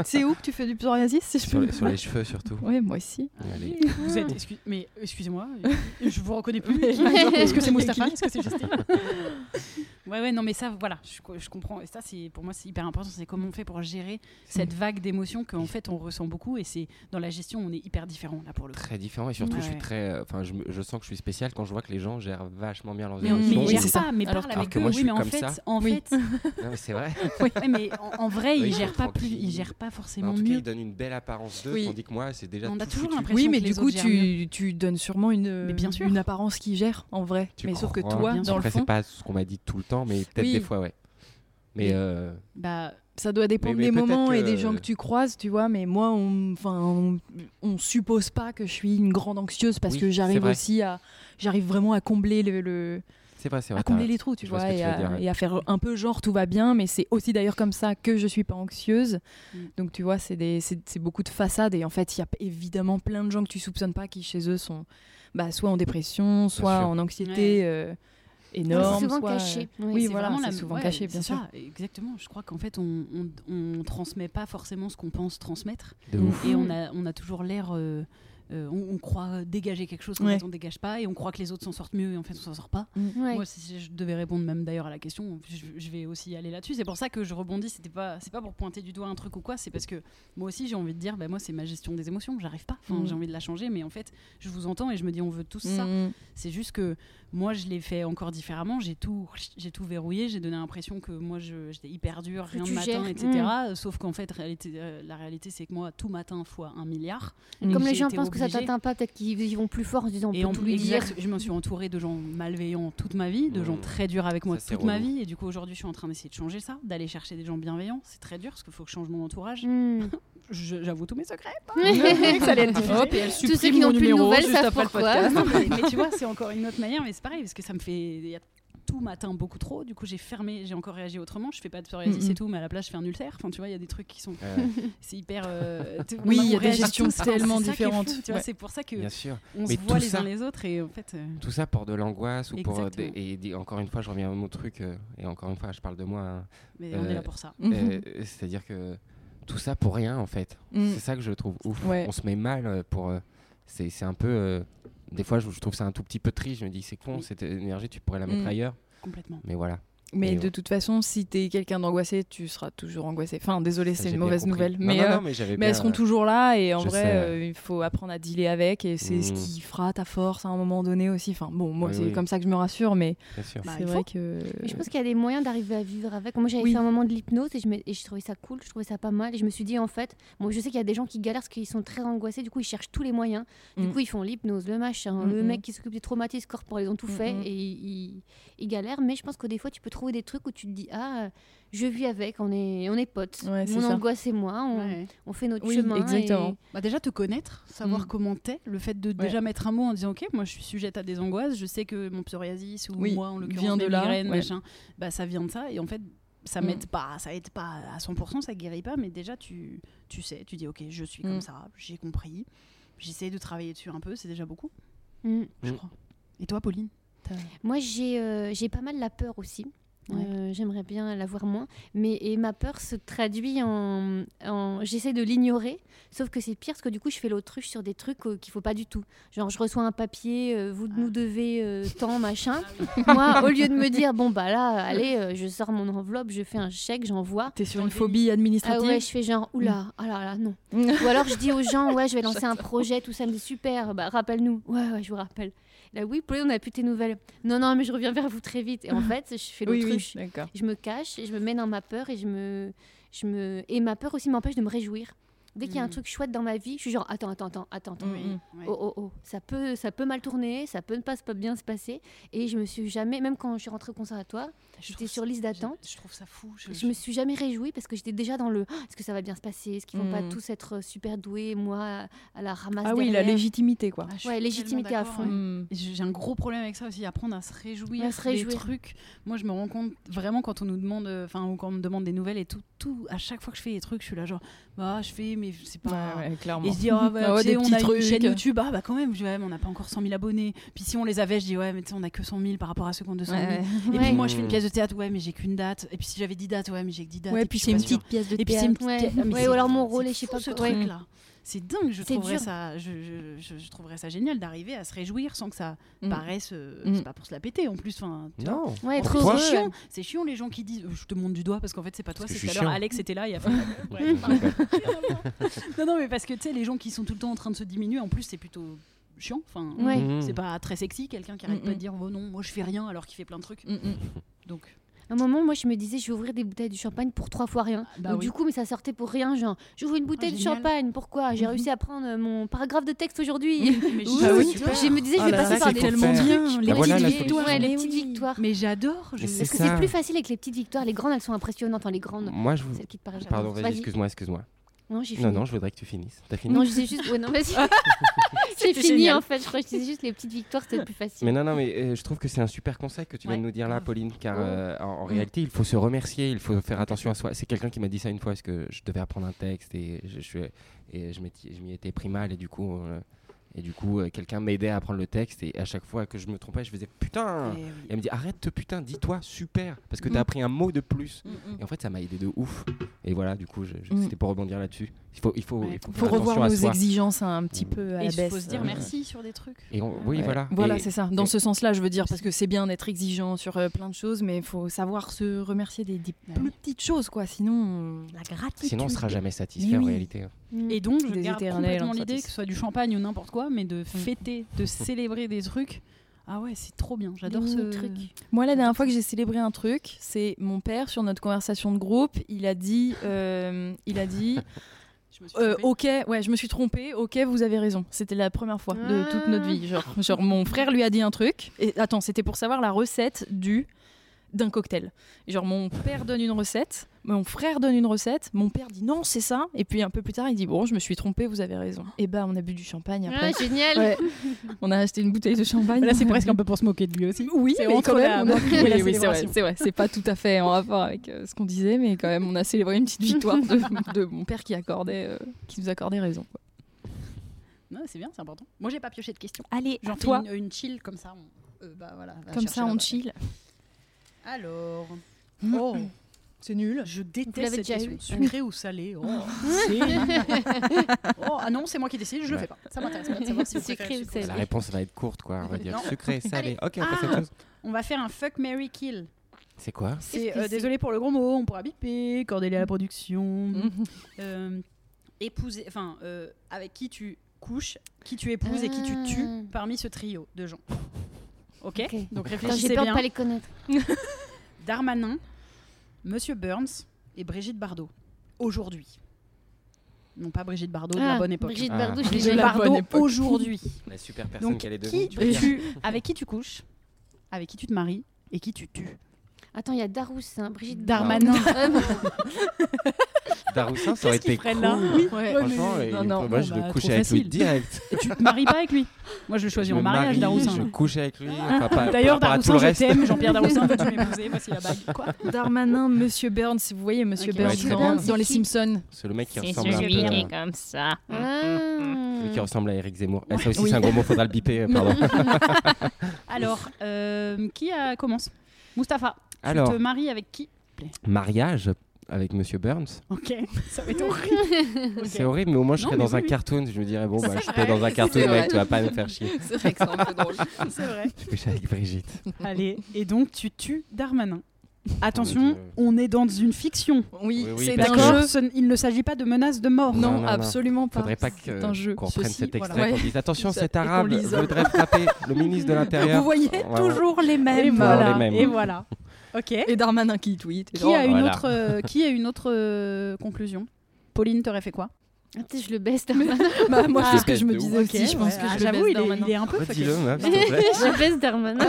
C'est où que tu fais du psoriasis, si je
sur,
peux
les- sur les cheveux surtout
Ouais, moi aussi.
Allez.
Vous
Ah.
êtes, excuse- mais euh, excusez-moi, euh, je vous reconnais plus. Est-ce que c'est Mustapha Est-ce que c'est Justine Ouais, ouais, non, mais ça, voilà, je, co- je comprends. Et ça, c'est pour moi, c'est hyper important. C'est comment on fait pour gérer
Mm.
cette vague d'émotions qu'en fait on ressent beaucoup. Et c'est dans la gestion, on est hyper différent là pour le coup.
très différent et surtout
Ouais,
je
ouais.
suis très euh, enfin je, me- je sens que je suis spécial quand je vois que les gens gèrent vachement bien leurs
Mais on
Oui,
mais
émotions
ils
oui,
Et-
gèrent
c'est ça.
pas, mais
Alors
parle
que
avec
moi,
eux. Oui,
je suis
mais en
comme
fait,
ça.
en
Oui.
fait,
non mais c'est vrai
ouais, mais en, en vrai, ils
Oui, ils
gèrent
sont
pas plus,
tranquilles.
ils gèrent pas
Mais
forcément
en tout cas
mieux.
ils donnent une belle apparence d'eux
Oui.
tandis que moi c'est déjà
On a
tout
toujours
foutu.
l'impression
Oui,
que
mais
les
du
autres
coup,
gèrent mieux.
tu, tu donnes sûrement une,
Mais bien sûr.
une apparence qui gère, en vrai.
Tu
mais sauf que
crois.
toi,
Bien
dans le
Après,
fond,
c'est pas ce qu'on m'a dit tout le temps, mais peut-être
Oui.
des fois, ouais. Mais
Oui.
euh,
Bah,
ça doit dépendre
mais
des
peut-être
moments et
que-
des gens que tu croises, tu vois. Mais moi, on, enfin, on, on suppose pas que je suis une grande anxieuse parce
Oui,
que
c'est
j'arrive
vrai.
aussi à, j'arrive vraiment à combler le, le-
c'est vrai, c'est vrai.
à combler
t'as-
les trous, tu
je
vois,
vois ce que
et,
tu veux
à,
dire, ouais.
et à faire un peu genre tout va bien. Mais c'est aussi d'ailleurs comme ça que je suis pas anxieuse.
Mm.
Donc tu vois, c'est des- c'est c'est beaucoup de façades et en fait, il y a évidemment plein de gens que tu soupçonnes pas qui chez eux sont, bah, soit en dépression, soit
sûr.
en anxiété. euh, énorme,
souvent
soit, euh,
caché.
Oui,
c'est
voilà,
vraiment
c'est
la-
souvent
ouais,
caché, bien
c'est
sûr.
ça, exactement. Je crois qu'en fait, on, on, on transmet pas forcément ce qu'on pense transmettre.
De
Mm.
ouf.
et on a, on a toujours l'air. euh, euh, on, on croit dégager quelque chose, en
Ouais.
fait on dégage pas, et on croit que les autres s'en sortent mieux, et en fait on s'en sort pas.
Ouais.
Moi, si je devais répondre même d'ailleurs à la question, je, je vais aussi aller là-dessus. C'est pour ça que je rebondis. C'était pas, c'est pas pour pointer du doigt un truc ou quoi. C'est parce que moi aussi j'ai envie de dire, bah, moi c'est ma gestion des émotions, j'arrive pas. Enfin,
Mm.
j'ai envie de la changer, mais en fait, je vous entends et je me dis, on veut tous ça.
Mm.
C'est juste que moi, je l'ai fait encore différemment. J'ai tout, j'ai tout verrouillé. J'ai donné l'impression que moi, je- j'étais hyper dur,
Que
rien de
tu
matin,
gères. Hmm.
etc. Sauf qu'en fait, réalité- euh, la réalité, c'est que moi, tout matin fois un milliard.
Mm.
Comme
J'ai
les gens
été
pensent que ça
obligée.
t'atteint pas, peut-être qu'ils ils vont plus fort en se disant on
Et
peut
en
tout lui dire.
exact, je me suis entourée de gens malveillants toute ma vie, de
Mm.
gens très durs avec moi
Ça, c'est
toute ma
relou.
vie. Et du coup, aujourd'hui, je suis en train d'essayer de changer ça, d'aller chercher des gens bienveillants. C'est très dur parce qu'il faut que je change mon entourage.
Hmm.
Je- J'avoue tous mes secrets. hein.
ça allait être
Hop, et elle
Tous ceux
supprime mon
qui n'ont plus de
numéro
nouvelles
juste
savent
après le
pourquoi.
podcast. mais, mais tu vois, c'est encore une autre manière, mais c'est pareil, parce que ça me fait. il y a tout matin beaucoup trop, du coup j'ai fermé, j'ai encore réagi autrement. Je fais pas de psoriasis
Mhm.
et tout, mais à la place je fais un ulcère. Enfin, tu vois, il y a des trucs qui sont.
Ouais,
C'est hyper. euh, tu-
Oui,
on- on
il y a des
réagit
gestions
tous, enfin,
tellement
c'est ça qui est fou,
différentes.
tu vois,
Ouais.
c'est pour ça que
bien sûr.
on se
Mais
voit
tout
les
ça-
uns les autres et en fait. euh,
Tout ça pour de l'angoisse ou pour. euh, des-
Exactement.
et, des- encore une fois, je reviens à mon truc, euh, et encore une fois, je parle de moi. hein.
mais on est
Euh,
là pour ça.
Mhm.
Euh, C'est-à-dire que tout ça pour rien, en fait.
Mm.
C'est ça que je trouve ouf.
Ouais.
On se met mal euh, pour. euh, c'est c'est un peu. euh, des fois, je, je trouve ça un tout petit peu triste. Je me dis, c'est con,
Oui.
cette énergie, tu pourrais la mettre
Mm.
ailleurs.
Complètement.
Mais voilà.
Mais
Et
de
ouais.
toute façon, si t'es quelqu'un d'angoissé, tu seras toujours angoissé. Enfin, désolé,
Ça,
c'est
j'ai
une
bien
mauvaise
compris.
nouvelle.
Non,
mais
non,
euh,
non, mais j'avais
mais
bien,
elles seront
euh,
toujours là et en
je
vrai,
sais,
euh, il faut apprendre à dealer avec et c'est ce
Mm.
qui fera ta force à un moment donné aussi. Enfin, bon, moi,
Oui,
c'est
oui.
comme ça que je me rassure, mais
bien sûr.
Bah,
c'est
il
vrai
faut.
que.
Mais je pense qu'il y a des moyens d'arriver à vivre avec. Moi, j'avais
Oui.
fait un moment de l'hypnose et je, me- et je trouvais ça cool, je trouvais ça pas mal. Et je me suis dit, en fait, moi, je sais qu'il y a des gens qui galèrent parce qu'ils sont très angoissés, du coup, ils cherchent tous les moyens. Du
Mm.
coup, ils font l'hypnose, le machin, le
Mm,
mec
mm.
qui s'occupe des traumatismes corporels, ils ont tout
Mm,
fait
mm.
et ils, ils- ils galèrent. Mais je pense que des fois, tu peux trouver des trucs où tu te dis, ah, euh, je vis avec, on est, on est potes.
Ouais, c'est
Mon
ça.
angoisse et moi, on,
Ouais.
on fait notre
Oui,
chemin.
exactement.
Bah déjà te connaître, savoir
Mm.
comment t'es, le fait de déjà mettre un mot en disant ok moi je suis sujette à des angoisses, je sais que mon psoriasis ou
Oui,
moi en l'occurrence
vient
mes
de là,
migraines
ouais.
machin, bah ça vient de ça et en fait ça
Mm.
m'aide pas, ça aide pas à 100%, ça guérit pas mais déjà tu tu sais, tu dis ok je suis
Mm.
comme ça, j'ai compris, J'essaye de travailler dessus un peu, c'est déjà beaucoup,
Mm.
je
Mm.
crois. Et toi, Pauline
Moi, j'ai euh, j'ai pas mal la peur aussi.
Ouais.
Euh, J'aimerais bien l'avoir moins. Mais, et ma peur se traduit en. en- J'essaie de l'ignorer, sauf que c'est pire parce que du coup, je fais l'autruche sur des trucs euh, qu'il faut pas du tout. Genre, je reçois un papier, euh, vous
Ah.
nous devez euh, tant, machin. Moi, au lieu de me dire, bon, bah là, allez, euh, je sors mon enveloppe, je fais un chèque, j'envoie.
T'es sur
Dans
une
le
phobie
Ah
administrative
ouais, je fais genre, oula, ah là là, non. Ou alors je dis aux gens, ouais, je vais lancer un projet, tout ça me dit super, bah rappelle-nous. Ouais, ouais, je vous rappelle. Là, oui, Pauline, on n'a plus tes nouvelles. Non, non, mais je reviens vers vous très vite. Et en fait, je fais
Oui, oui,
l'autruche.
d'accord.
Je me cache et je me mets dans ma peur et je me. Je me... Et ma peur aussi m'empêche de me réjouir. Dès qu'il y a un
Mm.
truc chouette dans ma vie, je suis genre, attends, attends, attends, attends,
Ah,
attends.
Mm, mm.
Ouais.
Oh, oh, oh, ça peut, ça peut mal tourner, ça peut ne pas, pas bien se passer. Et je me suis jamais, même quand je suis rentrée au conservatoire,
Je
j'étais
trouve
sur
ça-
liste d'attente.
Je, je trouve ça fou. Je,
Je me suis jamais réjouie parce que j'étais déjà dans le Ah, est-ce que ça va bien se passer Est-ce qu'ils vont
Hmm.
pas
Mm.
tous être super doués Moi, à la ramasse.
Ah oui, la
derrière
légitimité, quoi.
Ah, je suis
Ouais,
tellement
légitimité à
d'accord,
fond.
ouais.
Hmm.
J'ai j'ai un gros problème avec ça aussi, apprendre à se réjouir,
À se réjouir.
des trucs. Moi, je me rends compte vraiment quand on nous demande, euh, enfin, ou quand on me demande des nouvelles et tout, tout. À chaque fois que je fais des trucs, je suis là genre, bah, je fais, mais c'est pas.
Ouais, ouais, clairement.
Et je dis, ah, bah,
Ah ouais,
tu
des
sais, on
petits
a
trucs.
une chaîne YouTube, ah bah quand même, je dis, ouais, mais on n'a pas encore 100 000 abonnés. Puis si on les avait, je dis, ouais, mais tu sais, on a que 100 000 par rapport à ceux qui ont 200 000.
Ouais,
Et
Ouais.
puis moi, je fais une pièce de théâtre, ouais, mais j'ai qu'une date. Et puis si j'avais 10 dates, ouais, mais j'ai que 10 dates.
ouais.
Et
puis
je
c'est
suis
une
pas sûre.
petite pièce de
Et puis c'est une
théâtre.
petite
Ouais.
pièce- Ah, mais
Ouais,
c'est-
ou alors mon
c'est
rôle est, je sais
fou,
pas
ce
quoi. Ouais.
truc là. C'est dingue, je
C'est
trouverais
dur.
ça je, je- je- je trouverais ça génial d'arriver à se réjouir sans que ça
Mm.
paraisse euh,
Mm.
c'est pas pour se la péter en plus enfin tu vois.
Non.
Ouais,
En
être
plus,
heureux.
c'est chiant, c'est chiant les gens qui disent euh, je te montre du doigt parce qu'en fait c'est pas toi,
Parce
c'est
que
tout
je
à
suis
l'heure
chiant.
Alex était là et après Ouais, pardon. Non non mais parce que tu sais les gens qui sont tout le temps en train de se diminuer en plus c'est plutôt chiant enfin
Ouais.
Mhm.
c'est pas très sexy quelqu'un qui arrête
Mm,
pas
mm.
de dire oh non moi je fais rien alors qu'il fait plein de trucs
Mm, mm.
donc
À un moment, moi, je me disais, je vais ouvrir des bouteilles de champagne pour trois fois rien.
Bah
Donc,
oui. Ah,
du coup, mais ça sortait pour rien, genre, j'ouvre une bouteille de
génial.
champagne, pourquoi J'ai
Mhm.
réussi à prendre euh, mon paragraphe de texte aujourd'hui.
mais
Ouh,
j'avoue,
oui,
tu vois,
Je me disais, je
Ah
vais
là
passer
là,
par
c'est
des
tellement
petits
bien.
trucs,
Bah
les
voilà
petites
la
victoires.
solution.
ouais, les
Mais
petites
oui.
victoires.
mais j'adore je
Mais
Parce
C'est
que c'est
ça.
plus facile avec les petites victoires, les grandes, elles sont impressionnantes, hein, les grandes.
Moi, je vous.
Celles qui te paraissent.
Pardon, vas-y,
Vas-y.
excuse-moi, excuse-moi.
Non, j'ai fini.
Non, non, je voudrais que tu finisses. T'as fini
Non, je disais juste. Ouais, non, vas-y. J'ai
C'était
fini
génial.
en fait. Je crois que je disais juste les petites victoires, c'était le plus facile.
Mais non, non, mais euh, je trouve que c'est un super conseil que tu viens de
Ouais,
nous dire là,
grave.
Pauline, car
Ouais.
euh, en, en
Mm.
réalité, il faut se remercier, il faut faire attention à soi. C'est quelqu'un qui m'a dit ça une fois, parce que je devais apprendre un texte et je, je, suis- et je m'étais- je m'y étais pris mal, et du coup, euh, et du coup, euh, quelqu'un m'aidait à apprendre le texte, et à chaque fois que je me trompais, je faisais putain.
Eh oui.
Et elle me dit arrête, putain, dis-toi super, parce que t'as
Mm.
appris un mot de plus.
Mm, mm.
Et en fait, ça m'a aidé de ouf. Et voilà, du coup, je- je-
Mm.
c'était pour rebondir là-dessus. Il faut, il faut,
Ouais.
il faut,
Faut
faire
revoir
attention à
nos
soi.
exigences hein, un petit peu à
Et
la
il
baisse. Mm.
faut se dire
euh,
merci sur des trucs.
Et on- oui,
Ouais.
voilà.
Voilà,
Et-
c'est ça. Dans
et-
ce sens-là, je veux dire, parce que c'est bien d'être exigeant sur euh, plein de choses, mais il faut savoir se remercier des, des
Bah
plus
oui.
petites choses, quoi. Sinon, on- la gratitude.
Sinon, on sera jamais
Mais
satisfait en
oui.
réalité. hein.
Mm.
Et donc, je
Des
garde
éternels Mm.
complètement l'idée que
insatisfaits.
ce soit du champagne ou n'importe quoi, mais de fêter, de célébrer des trucs. Ah ouais, c'est trop bien. J'adore
Des
ce
trucs.
Moi, la dernière fois que j'ai célébré un truc, c'est mon père sur notre conversation de groupe. Il a dit, euh, il a dit,
Je me suis
euh,
trompée.
ok, ouais, je me suis trompé. Ok, vous avez raison. C'était la première fois de toute
Ah.
notre vie. Genre, genre, mon frère lui a dit un truc. Et attends, c'était pour savoir la recette du d'un cocktail. Genre, mon père donne une recette, mon frère donne une recette, mon père dit non, c'est ça. Et puis un peu plus tard, il dit bon, je me suis trompé, vous avez raison. Et bah, on a bu du champagne
Ah,
après.
génial.
Ouais. on a acheté une bouteille de champagne.
Bah Là, c'est
On a
presque
bu.
un peu pour se moquer de lui aussi.
Oui,
C'est
mais
entre
quand
la
même, on a-
marque et la
oui, oui, c'est vrai,
célébration.
c'est vrai. C'est pas tout à fait en rapport avec euh, ce qu'on disait, mais quand même, on a célébré une petite victoire de, de mon père qui accordait, euh, qui nous accordait raison. quoi.
Non, c'est bien, c'est important. Moi, j'ai pas pioché de questions.
Allez,
J'en fais
toi,
une, une chill comme ça. on- euh, bah, voilà, va
comme
chercher
ça, on
là-bas.
chill.
Alors,
Mm.
oh,
C'est nul.
je
Vous
déteste
l'avez
cette
déjà
question.
eu.
Sucré ou salé oh, c'est- Oh, Ah non, c'est moi qui décide, je le
Ouais.
fais pas. Ça m'intéresse pas de savoir si vous
Sucré
préférez
ou
le sucre.
salé.
La réponse va être courte, quoi. On va dire
Non.
sucré,
Allez.
salé. Ok, on passe à
Ah.
autre chose.
On va faire un fuck, Mary kill.
C'est quoi
C'est
que
euh,
c'est
désolé pour le gros mot, on pourra biper, Cordélia à la production. Euh, épouser, enfin euh, avec qui tu couches, qui tu épouses et qui tu tues
Ah.
parmi ce trio de gens. Ok. Donc
Ok. Attends, J'ai
réfléchissez
peur de
bien.
pas les connaître.
Darmanin, Monsieur Burns et Brigitte Bardot aujourd'hui. Non pas Brigitte Bardot de
Ah,
la bonne époque.
Brigitte
Ah.
Bardot, je l'ai
Brigitte
jamais.
la bonne
Bardot
époque.
aujourd'hui.
La super personne
Donc
qu'elle est
qui
devenue. tu veux dire
tu, avec qui tu couches, avec qui tu te maries et qui tu tues.
Attends, il y a Darousse, hein, Brigitte
Darmanin.
Bardot. Euh,
Daroussin, ça aurait
Qu'est-ce qu'il
été
ferait
cool.
là Oui, ouais,
Franchement,
mais-
il-
non, non,
moi,
bon,
je
bah,
le couche
trop
avec lui
facile.
direct.
Et tu te maries pas avec lui. Moi je le
Je
choisis
me
en mariage
marie,
Daroussin. Ah.
Je couche avec lui. enfin, pas-
D'ailleurs,
par rapport
Daroussin,
à tout le
je
reste.
t'aime. Jean-Pierre Daroussin, veux-tu m'épouser Voici la bague. Quoi
Darmanin, Monsieur Burns, vous voyez Monsieur
Ok.
Burns
Ouais, très
dans,
bien.
dans les Simpsons.
C'est le mec qui ressemble un peu.
Ah.
celui qui ressemble à Eric Zemmour. Eh, ça aussi,
Oui.
c'est un gros mot, faudra le biper, euh, pardon.
Alors, euh, qui euh, commence Mustapha,
Alors,
tu te maries avec qui
mariage avec Monsieur Burns,
Ok, ça va être horrible. Ok.
c'est horrible, mais au moins je
Non,
serais
mais
dans
oui,
un
oui.
cartoon. Je me dirais, bon, bah, je
vrai,
serais dans un
c'est
cartoon,
vrai.
mec, tu vas pas me faire chier.
C'est vrai que c'est un peu drôle.
C'est vrai.
Je couche avec Brigitte.
Allez, et donc tu tues Darmanin. Attention,
Oh Mon Dieu.
on est dans une fiction.
Oui,
Oui, oui,
c'est
parce
un
que-
D'accord
jeu.
Ce n- Il ne s'agit pas de menace de mort.
Non,
Non, non, non.
absolument pas.
Faudrait pas
C'est un
que-
jeu.
qu'on reprenne
Ceci,
cet
voilà.
extrait, qu'on dise attention,
Et
cet
qu'on
arabe
l'isole.
voudrait frapper le ministre de l'intérieur.
Vous voyez
Voilà.
toujours les mêmes.
Et
voilà.
voilà, les mêmes.
Et voilà. Ok.
Et Darmanin qui tweet.
Qui a une
Voilà.
autre, euh, qui a une autre euh, conclusion Pauline, t'aurais fait quoi
Attends, je le baisse. Darmanin.
Bah, moi,
Ah,
c'est ce que je me
de
disais aussi. Je pense
ouais,
que
ah,
je
j'avoue,
le
il,
baisse
est-
Darmanin.
il est un peu fucké.
Redis-le, meuf, s'il te plaît.
je baisse Darmanin.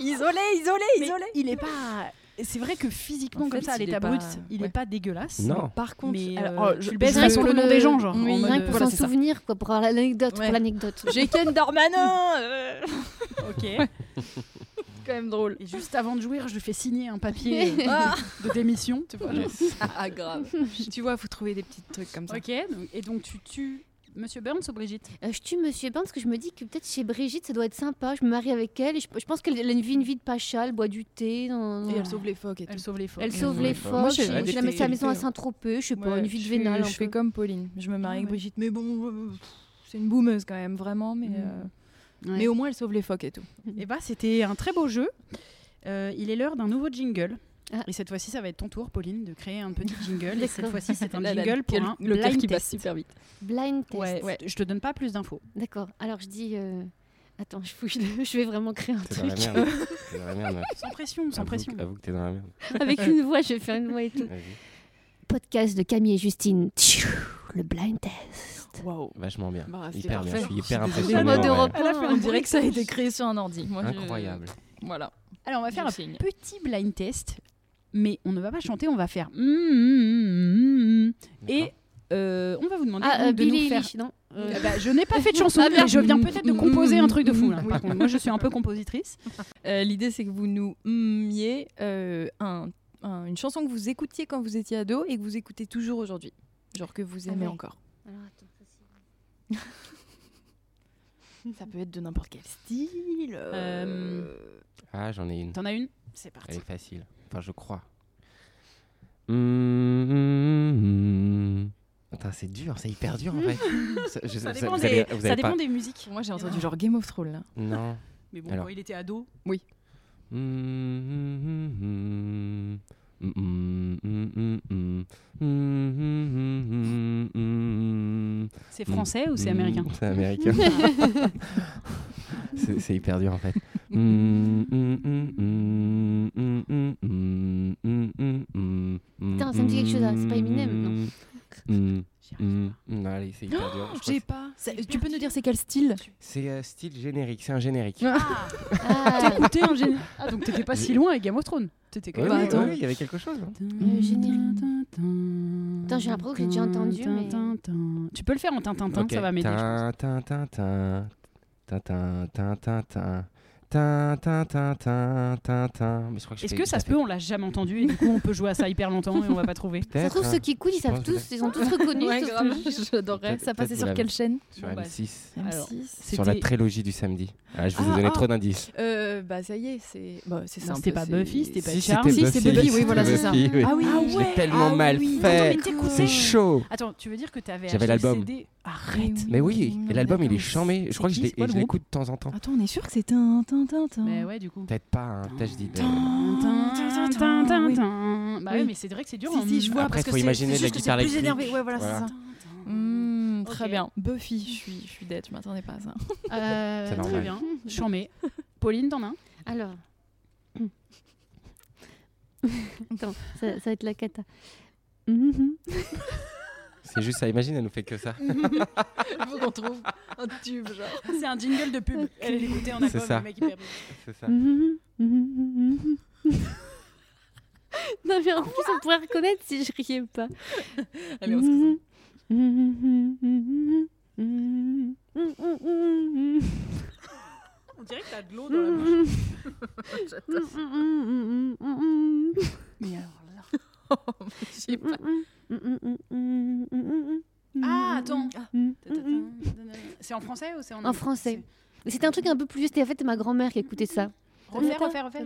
Isolé, isolé,
Mais
isolé.
il est pas. C'est vrai que physiquement
En
comme
fait,
ça à
il est
l'état
pas-
brut, il est
ouais.
pas dégueulasse.
Non.
Par contre,
Mais
alors,
euh,
oh,
tu
je-
le baiserais
je-
pour le nom des gens, genre.
Oui,
en mode,
Rien que pour
voilà,
s'en
c'est ça.
souvenir, quoi, pour l'anecdote,
Ouais.
pour l'anecdote.
J'ai Ken Darmanin euh,
Ok.
C'est quand même drôle.
Et juste avant de jouir, je lui fais signer un papier euh,
Ah,
de démission. Tu vois, genre.
ah, grave. tu vois, faut trouver des petits trucs comme ça.
Ok, donc- et donc tu tues Monsieur Burns ou Brigitte
Euh, je tue Monsieur Burns parce que je me dis que peut-être chez Brigitte, ça doit être sympa. Je me marie avec elle et je, je pense qu'elle elle a une vie, une vie de pacha, elle boit du thé. non, non.
Et elle sauve les phoques et tout.
Elle sauve les phoques.
Elle sauve les
Ouais,
phoques.
moi, j'ai-
je-
j'ai
je la mets à
été-
la maison à Saint-Tropez, je sais pas,
Ouais,
une vie de
je suis-
vénale. un
Je fais
peu.
comme Pauline. Je me marie
Ah
avec
ouais.
Brigitte, mais bon, euh, pff, c'est une boumeuse quand même, vraiment. Mais,
Mm.
euh,
Ouais.
mais au moins, elle sauve les phoques et tout.
Eh bah, c'était un très beau jeu. Euh, il est l'heure d'un nouveau jingle.
Ah.
Et cette fois-ci, ça va être ton tour, Pauline, de créer un petit jingle. Et cette
D'accord.
fois-ci, c'est un
Là, là,
jingle pour
quel-
un
le cœur
blind
qui passe
test.
super vite.
Blind test.
Ouais,
Ouais.
Je te donne pas plus d'infos.
D'accord. Alors je dis. euh, Attends, je fouille le- Je vais vraiment créer un
T'es dans la
truc.
merde. T'es dans la merde, meuf.
Sans pression, sans
Avoue-
pression.
Avoue que t'es dans la merde.
Avec une voix, je vais faire une voix et tout.
Vas-y.
Podcast de Camille et Justine. Tchou, Le blind test.
Waouh.
Vachement bien.
Bah, c'était
hyper bien. Je
parfait.
suis
désolée.
hyper impressionné.
Mode
ouais.
Europe.
Elle a fait, on dirait que ça a été créé sur un ordi. Moi, je-
Incroyable.
Voilà.
Alors, on va faire un
signe.
petit blind test. Mais on ne va pas chanter, on va faire. mm, mm, mm, mm. Et
D'accord.
euh, on va vous demander
Ah,
donc
euh,
de
Billie
nous faire
Eilish, non
Ah
Euh,
bah, je n'ai pas fait de chanson,
Ah, merde.
mais je viens peut-être de composer un truc de fou. là.
Oui.
Par contre, moi, je suis un peu compositrice.
Mm.
Euh, L'idée, c'est que vous nous miez un, un- une chanson que vous écoutiez quand vous étiez ado et que vous écoutez toujours aujourd'hui. Genre que vous
Ah
aimez
ouais.
encore.
alors, attends, ça, c'est-
Ça peut être de n'importe quel style.
Euh,
Ah, j'en ai une.
T'en as une C'est parti.
Elle est facile. Enfin, je crois. Hum, Attends, c'est dur, c'est hyper dur en vrai. Ça, je-
Ça
ça-
dépend,
vous
des,
allez- vous
ça
allez
dépend
pas-
des musiques.
Moi, j'ai entendu genre Game of Thrones là.
Non.
Mais bon,
Alors.
quand il était ado.
C'est
C'est français ou c'est américain
C'est américain. c'est c'est hyper dur en fait. Putain,
ça me dit quelque chose, là. C'est pas Eminem,
non
J'y
Mm.
arrive pas.
Allez, c'est hyper dur. Je crois
J'ai
que
pas. Tu peux nous dire c'est quel style
C'est euh, style générique, c'est un générique.
Ah,
T'écoutais un générique. Ah, donc t'étais pas si loin avec Game of Thrones. T'étais quand
Oui,
même.
Bah,
oui,
attends.
oui, il y avait quelque chose. hein.
Le
générique.
Attends,
j'ai l'impression que j'ai déjà entendu, mais-
Tu peux le faire en tintintin,
Ok.
Hein, ça va m'aider. je pense.
Tin, tin, tin, tin. Tin, tin, tin, tin, tin. Tin, tin, tin, tin, tin, tin. Mais je crois je
Est-ce
fais
que
tout
ça
à
se
fait.
peut On l'a jamais entendu et du coup, on peut jouer à ça hyper longtemps et on va pas trouver.
ça se
Peut-être,
trouve,
hein.
ceux qui écoutent, ils
Je
savent
pense que
tous, ils ont tous reconnu. sauf que-
J'adorerais.
Peut-être-
Ça passait
peut-être
sur
vous
quelle chaîne
Sur
Bon, bah,
M6.
Alors,
M6.
Sur la
c'était-
trilogie du samedi. Ah, je vous
Ah,
ai donné
ah.
trop d'indices.
Euh, bah ça y est, c'est. Bah, c'est
Non,
simple,
c'était pas
c'est-
Buffy, c'était pas
Si,
Charles.
c'était
Si, c'est Buffy, oui,
c'était
voilà, c'est ça.
Buffy, oui.
Ah oui,
Je l'ai tellement mal fait. C'est chaud.
Attends, tu veux dire que t'avais
J'avais
acheté
l'album.
le CD Arrête.
Mais oui,
Non,
et l'album il est
d'accord.
charmé. Je
C'est
crois que je
qui,
l'ai-
c'est quoi
et je
le Ah.
l'écoute de temps en temps.
Attends, on est sûr que c'est tin tin tin tin.
Mais Bah ouais, du coup.
Peut-être pas, hein. peut-être je dis.
Ah.
de-
oui.
Bah ouais,
Oui.
mais c'est vrai que c'est dur.
Si,
en-
si, je vois.
Après,
parce que
faut
c'est-
imaginer
c'est
de la
juste que
guitare
c'est plus
électrique.
énervé, ouais, voilà, c'est
Voilà.
ça. Mmh,
Ok.
Très bien. Buffy, je suis, je suis dead, je m'attendais pas à ça.
Euh,
C'est
Très
normal.
bien. Chambé. Pauline, t'en as un
Alors. Attends, ça, ça va être la cata. Mhm.
C'est juste ça, imagine, elle nous fait que ça.
Il faut qu'on trouve un tube, genre.
C'est un jingle de pub. Elle l'écoutait en
C'est album, ça. le mec, C'est ça.
Mhm. Mhm. non, mais en plus, on pourrait reconnaître si je riais pas.
Allez, on se concentre.
On dirait que t'as de l'eau
Je sais pas.
Mm, mm, mm, mm, mm, mm, mm,
Ah, attends.
Mm, mm, mm.
C'est en français ou c'est en
En français. Mais C'était un truc un peu plus vieux. C'était en fait ma grand-mère qui écoutait ça.
Refaire, refaire, refaire.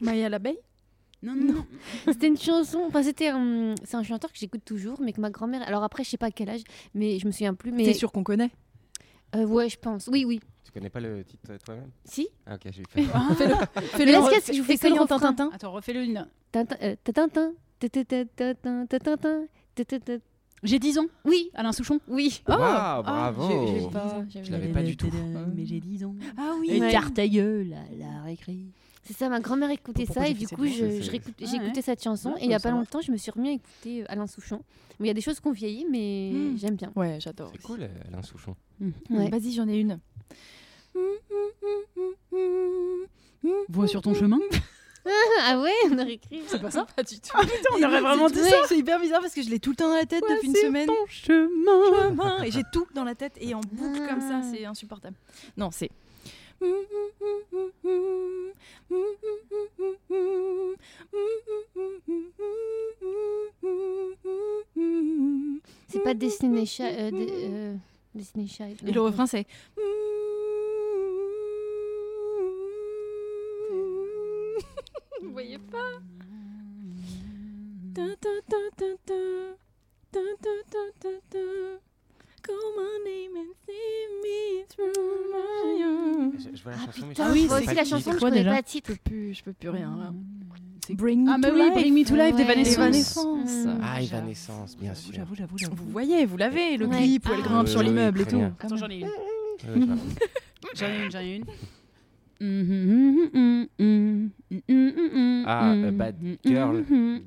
Maya l'abeille
Non, non, non.
C'était une chanson, enfin c'était un, c'est un chanteur que j'écoute toujours, mais que ma grand-mère. Alors après, je sais pas à quel âge, mais je me souviens plus.
T'es
Mais
sûr qu'on connaît
Euh, ouais, je pense. Oui, oui.
Tu connais pas le titre euh, toi-même
Si.
Ah, ok, j'ai eu peur.
Fais-le.
Mais là, ce qu'il y a, c'est que je vous fais que le
Essayons
refrain.
Tintin.
Attends, refais-le une.
Tintin, euh, tatintin, tatatatin, tatatatin, tatatatin.
J'ai 10 ans,
Oui,
Alain Souchon.
oui.
Ah,
Waouh, bravo
j'ai- j'ai pas-
Oh, Je l'avais pas du tout.
Mais j'ai 10 ans.
Ah
Et
oui
Ouais.
carte à gueule à la récré.
C'est ça, ma grand-mère écoutait
Pour- pour
ça et
dire
du
que
coup
c'est
bon,
je-
c'est-
je réécoute-
Ah
j'ai écouté
ouais.
cette chanson
Ouais,
et il y a
ça
pas
marche.
longtemps je me suis remis à écouter euh, Alain Souchon. Mais il y a des choses qu'on vieillit mais
Hmm.
Mm.
j'aime bien.
Ouais, j'adore.
C'est cool, euh, Alain Souchon.
Mmh.
Ouais.
Vas-y, j'en ai une.
Vois sur ton chemin.
Ah ouais, on a réécrit.
C'est pas ça
Pas du tout.
Ah, Putain, on aurait vraiment dit ça.
C'est hyper bizarre parce que je l'ai tout le temps dans la tête
Ouais,
depuis une
c'est
semaine.
Ton chemin. Ah.
Chemin. Et j'ai tout dans la tête et en boucle comme ça, c'est insupportable. Non, c'est.
C'est pas Destiny Child. euh, de- euh, Destiny Child,
Et
non.
le refrain, c'est. Vous voyez pas Ta, ta, ta, ta, ta. Ta, ta, ta, ta, ta. Call my name and see me through my eyes.
Je, je vois la
Ah
chanson, mais
putain,
je
oui,
moi
c'est
sais
aussi
pas
la
qui.
chanson, je
quoi
connais
déjà
pas le titre.
Je peux plus, je peux plus rien. là.
C'est-
Bring me
Ah, mais
to
oui,
life.
Bring Me to Life
Ouais.
d'Evanescence.
Evanescence.
Mm.
Ah, Evanescence, bien
J'avoue,
sûr.
J'avoue, j'avoue, j'avoue.
Vous voyez, vous l'avez, le
Ouais.
clip où elle
Ah.
grimpe
Oui,
sur
oui, oui,
l'immeuble et
très
tout.
bien.
Attends, j'en ai une.
Ouais, je vois.
J'en ai une, j'en ai une. Ah,
Ah, euh, Bad Girl
Euh,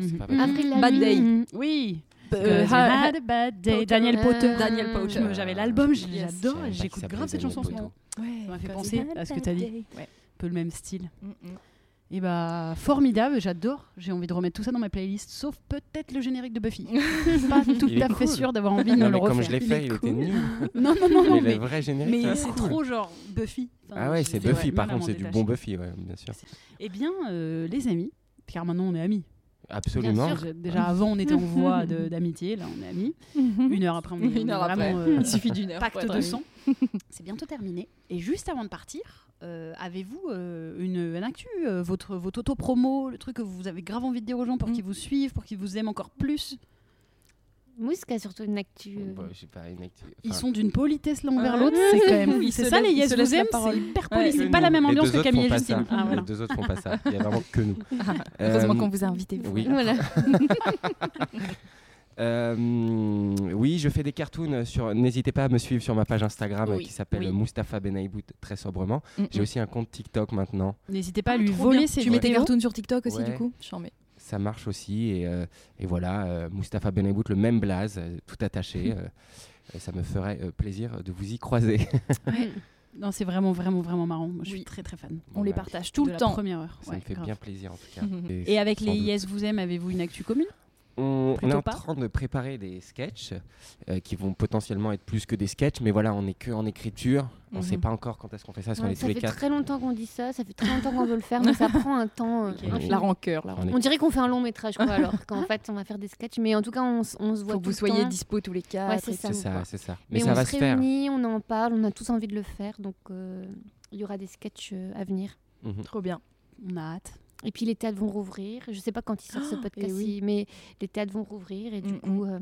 de- c'est pas Bad Girl.
Avril
Bad
Lavigne.
Oui.
Euh,
Because I
ha-
had a bad day.
Potter.
Daniel Potter.
Ah. Daniel Potter.
Je me- J'avais l'album, je
Yes.
Je savais
l'adore.
pas
et
qu'il
J'écoute
s'appelait
grave cette
Daniel
chanson en ce
Potter.
moment.
Ouais,
Ça m'a fait
quand
penser
il-
à ce que t'as dit. Un peu le même style.
Mm, mm.
Et bah, formidable, j'adore. J'ai envie de remettre tout ça dans ma playlist, sauf peut-être le générique de Buffy. Je suis pas tout
Il est
à fait
cool.
sûre d'avoir envie de
Non,
me le
mais
refaire.
comme je l'ai fait, il, était
cool.
nul.
Non, non, non, non,
mais
mais,
le vrai générique.
mais
là,
c'est
cool.
trop genre Buffy. Enfin,
Ah ouais, c'est
j'étais
Buffy par
mal à
contre,
m'en
c'est du bon
détacher.
Buffy, ouais, bien sûr.
Eh bien, euh, les amis, car maintenant on est amis.
Absolument.
Déjà- Déjà avant, on était en voie de- d'amitié, là on est amis.
mm.
Une heure après, on est,
Une
on est
heure après.
vraiment, euh,
Il suffit d'une heure. pour
pacte
être
de
ami.
sang. C'est bientôt terminé. Et juste avant de partir, euh, avez-vous euh, une, une actu, euh, votre, votre auto-promo, le truc que vous avez grave envie de dire aux gens pour
Mm.
qu'ils vous suivent, pour qu'ils vous aiment encore plus
Mouska surtout une actu. euh,
Bah, j'ai pas une acti-
Ils
enfin,
sont d'une politesse l'un envers
Ah.
l'autre, c'est quand même.
Ils
c'est
se
ça
laissent-
les
ils
Yes
se
vous
laissent la
aime, c'est
parole.
hyper
Ouais,
poli,
que
c'est pas
nous.
la même
Les
ambiance
deux
que
autres
Camille
font
et
pas
Justine.
ça.
Ah, voilà.
Les deux autres font pas ça. Il y a vraiment que nous.
Heureusement
Euh,
qu'on vous a invité. vous.
Oui.
Voilà.
Euh, oui, je fais des cartoons sur. N'hésitez pas à me suivre sur ma page Instagram
Oui,
qui s'appelle
oui.
Mustapha Benaïbout très sobrement.
Mm, mm.
J'ai aussi un compte TikTok maintenant.
N'hésitez pas à
Ah,
lui
trop
voler
bien.
ses
Tu mets tes
vidéos.
cartoons sur TikTok aussi, du
Ouais.
coup J'en mets.
Ça marche aussi et, euh, et voilà, euh, Mustapha Benaïbout le même blaze, euh, tout attaché. euh, et ça me ferait euh, plaisir de vous y croiser.
Non, c'est vraiment, vraiment, vraiment marrant. Moi, je suis
Oui.
très, très fan.
On les
bah,
partage tout
De
le
la
temps.
première heure.
Ça
Ouais,
me fait
grave.
bien plaisir en tout cas.
Mhm.
Et avec les
sans doute.
Yes vous aime, avez-vous une actu commune
On, on est
Plutôt
en
pas.
train de préparer des sketchs euh, qui vont potentiellement être plus que des sketchs, mais voilà, on est que en écriture. On
Mhm.
sait pas encore quand est-ce qu'on fait ça, parce qu'on
Ouais,
est tous
ça
les
fait
quatre.
très longtemps qu'on dit ça, ça fait très longtemps qu'on veut le faire, mais ça prend un temps. euh,
Ok.
infini.
La rancœur, la
On est
On dirait qu'on fait un long métrage, quoi, alors qu'en fait, on va faire des sketchs. Mais en tout cas, on, s- on se voit
Faut que vous
tout le
soyez
temps.
dispo tous les quatre.
Ouais, c'est
et
ça.
C'est ça, c'est ça. Mais,
Mais
ça
on
va
se
se faire.
réunit, on en parle, on a tous envie de le faire. Donc, euh, il y aura des sketchs euh, à venir.
Mhm.
Trop bien.
On a hâte.
Et puis, les théâtres vont rouvrir. Je sais pas quand il sort ce podcast,
eh oui.
si- mais les théâtres vont rouvrir. Et du
Mm,
coup, euh,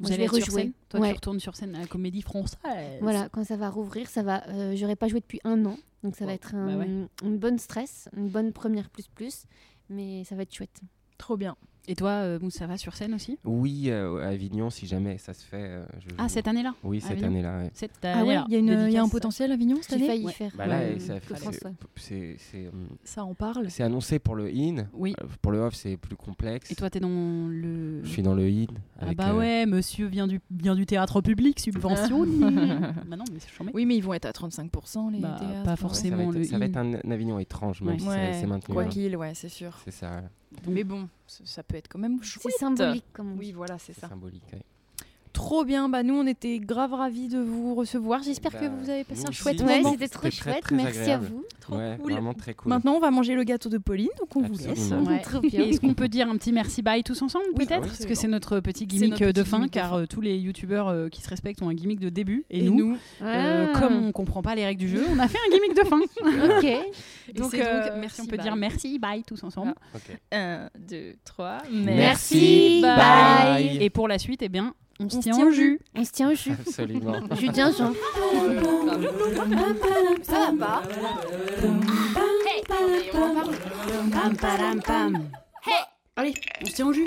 Vous
je
allez
vais
rejouer.
rejouer.
Toi,
Ouais.
tu retournes sur scène à la comédie française.
voilà, quand ça va rouvrir, ça va. euh, J'aurais pas joué depuis un an. Donc, ça va
Wow.
être un-
Bah
une bonne stress, une bonne première plus plus. Mais ça va être chouette.
Trop bien.
Et toi, euh, Moussa, va sur scène aussi
Oui, euh, à Avignon, si jamais ça se fait. euh, je
Ah,
joue.
cette année-là
Oui, cette
Avignon.
année-là. ouais.
Cette
Ah ouais,
année-là.
il y a une- il y a un
Dédicace.
potentiel à Avignon cette
J'ai
année
failli
Ouais.
faire.
Bah là,
euh,
ça-
que
c'est-
François.
C'est c'est, hum,
Ça, on parle.
c'est annoncé pour le in.
Oui.
Euh, Pour le off, c'est plus complexe.
Et toi, t'es dans le.
Je suis dans le in.
Ah
avec,
bah
euh,
ouais, monsieur vient du, vient du théâtre public, subvention. bah non, mais c'est chambé.
Oui, mais ils vont être à 35% les
Bah,
théâtres.
pas
ouais.
ouais,
forcément.
ça va être-
le
Ça va
in.
être un, un Avignon étrange,
Ouais.
même si ça
Ouais,
c'est maintenu.
Quoi
hein.
qu'il, ouais, c'est sûr.
C'est ça,
Mais bon, ça ça peut être quand même
C'est
chouette.
symbolique, comme on dit.
Oui, voilà, c'est
c'est
ça.
symbolique. ouais.
Trop bien, bah nous on était grave ravis de vous recevoir. J'espère
Bah,
que vous avez passé
nous
un chouette
aussi.
Ouais,
moment.
C'était
c'était trop
très, très
chouette. Merci
agréable.
à vous.
ouais,
cool.
vraiment très cool.
Maintenant on va manger le gâteau de Pauline, donc on
Absolument.
vous laisse.
Ouais.
Trop bien.
Et Est-ce qu'on peut dire un petit merci bye tous ensemble
Oui,
peut-être
oui.
Parce que c'est notre petit gimmick
notre
euh, de
petit
fin
gimmick de
car
fin.
euh, tous les youtubeurs euh, qui se respectent ont un gimmick de début et,
Et nous,
euh,
Ah.
comme on comprend pas les règles du jeu, on a fait un gimmick de fin.
Ok.
Et
Donc,
c'est
euh,
si
merci,
on peut
bye.
dire merci bye tous ensemble.
Ok.
1, 2, 3.
Merci, bye.
Et pour la suite, eh bien, on se
On se
tient
tient
au
au
jus.
On se tient au jus.
Absolument.
Julien, Jean.
Ça va pas
Pam, pam, pam. Allez, on se tient au jus.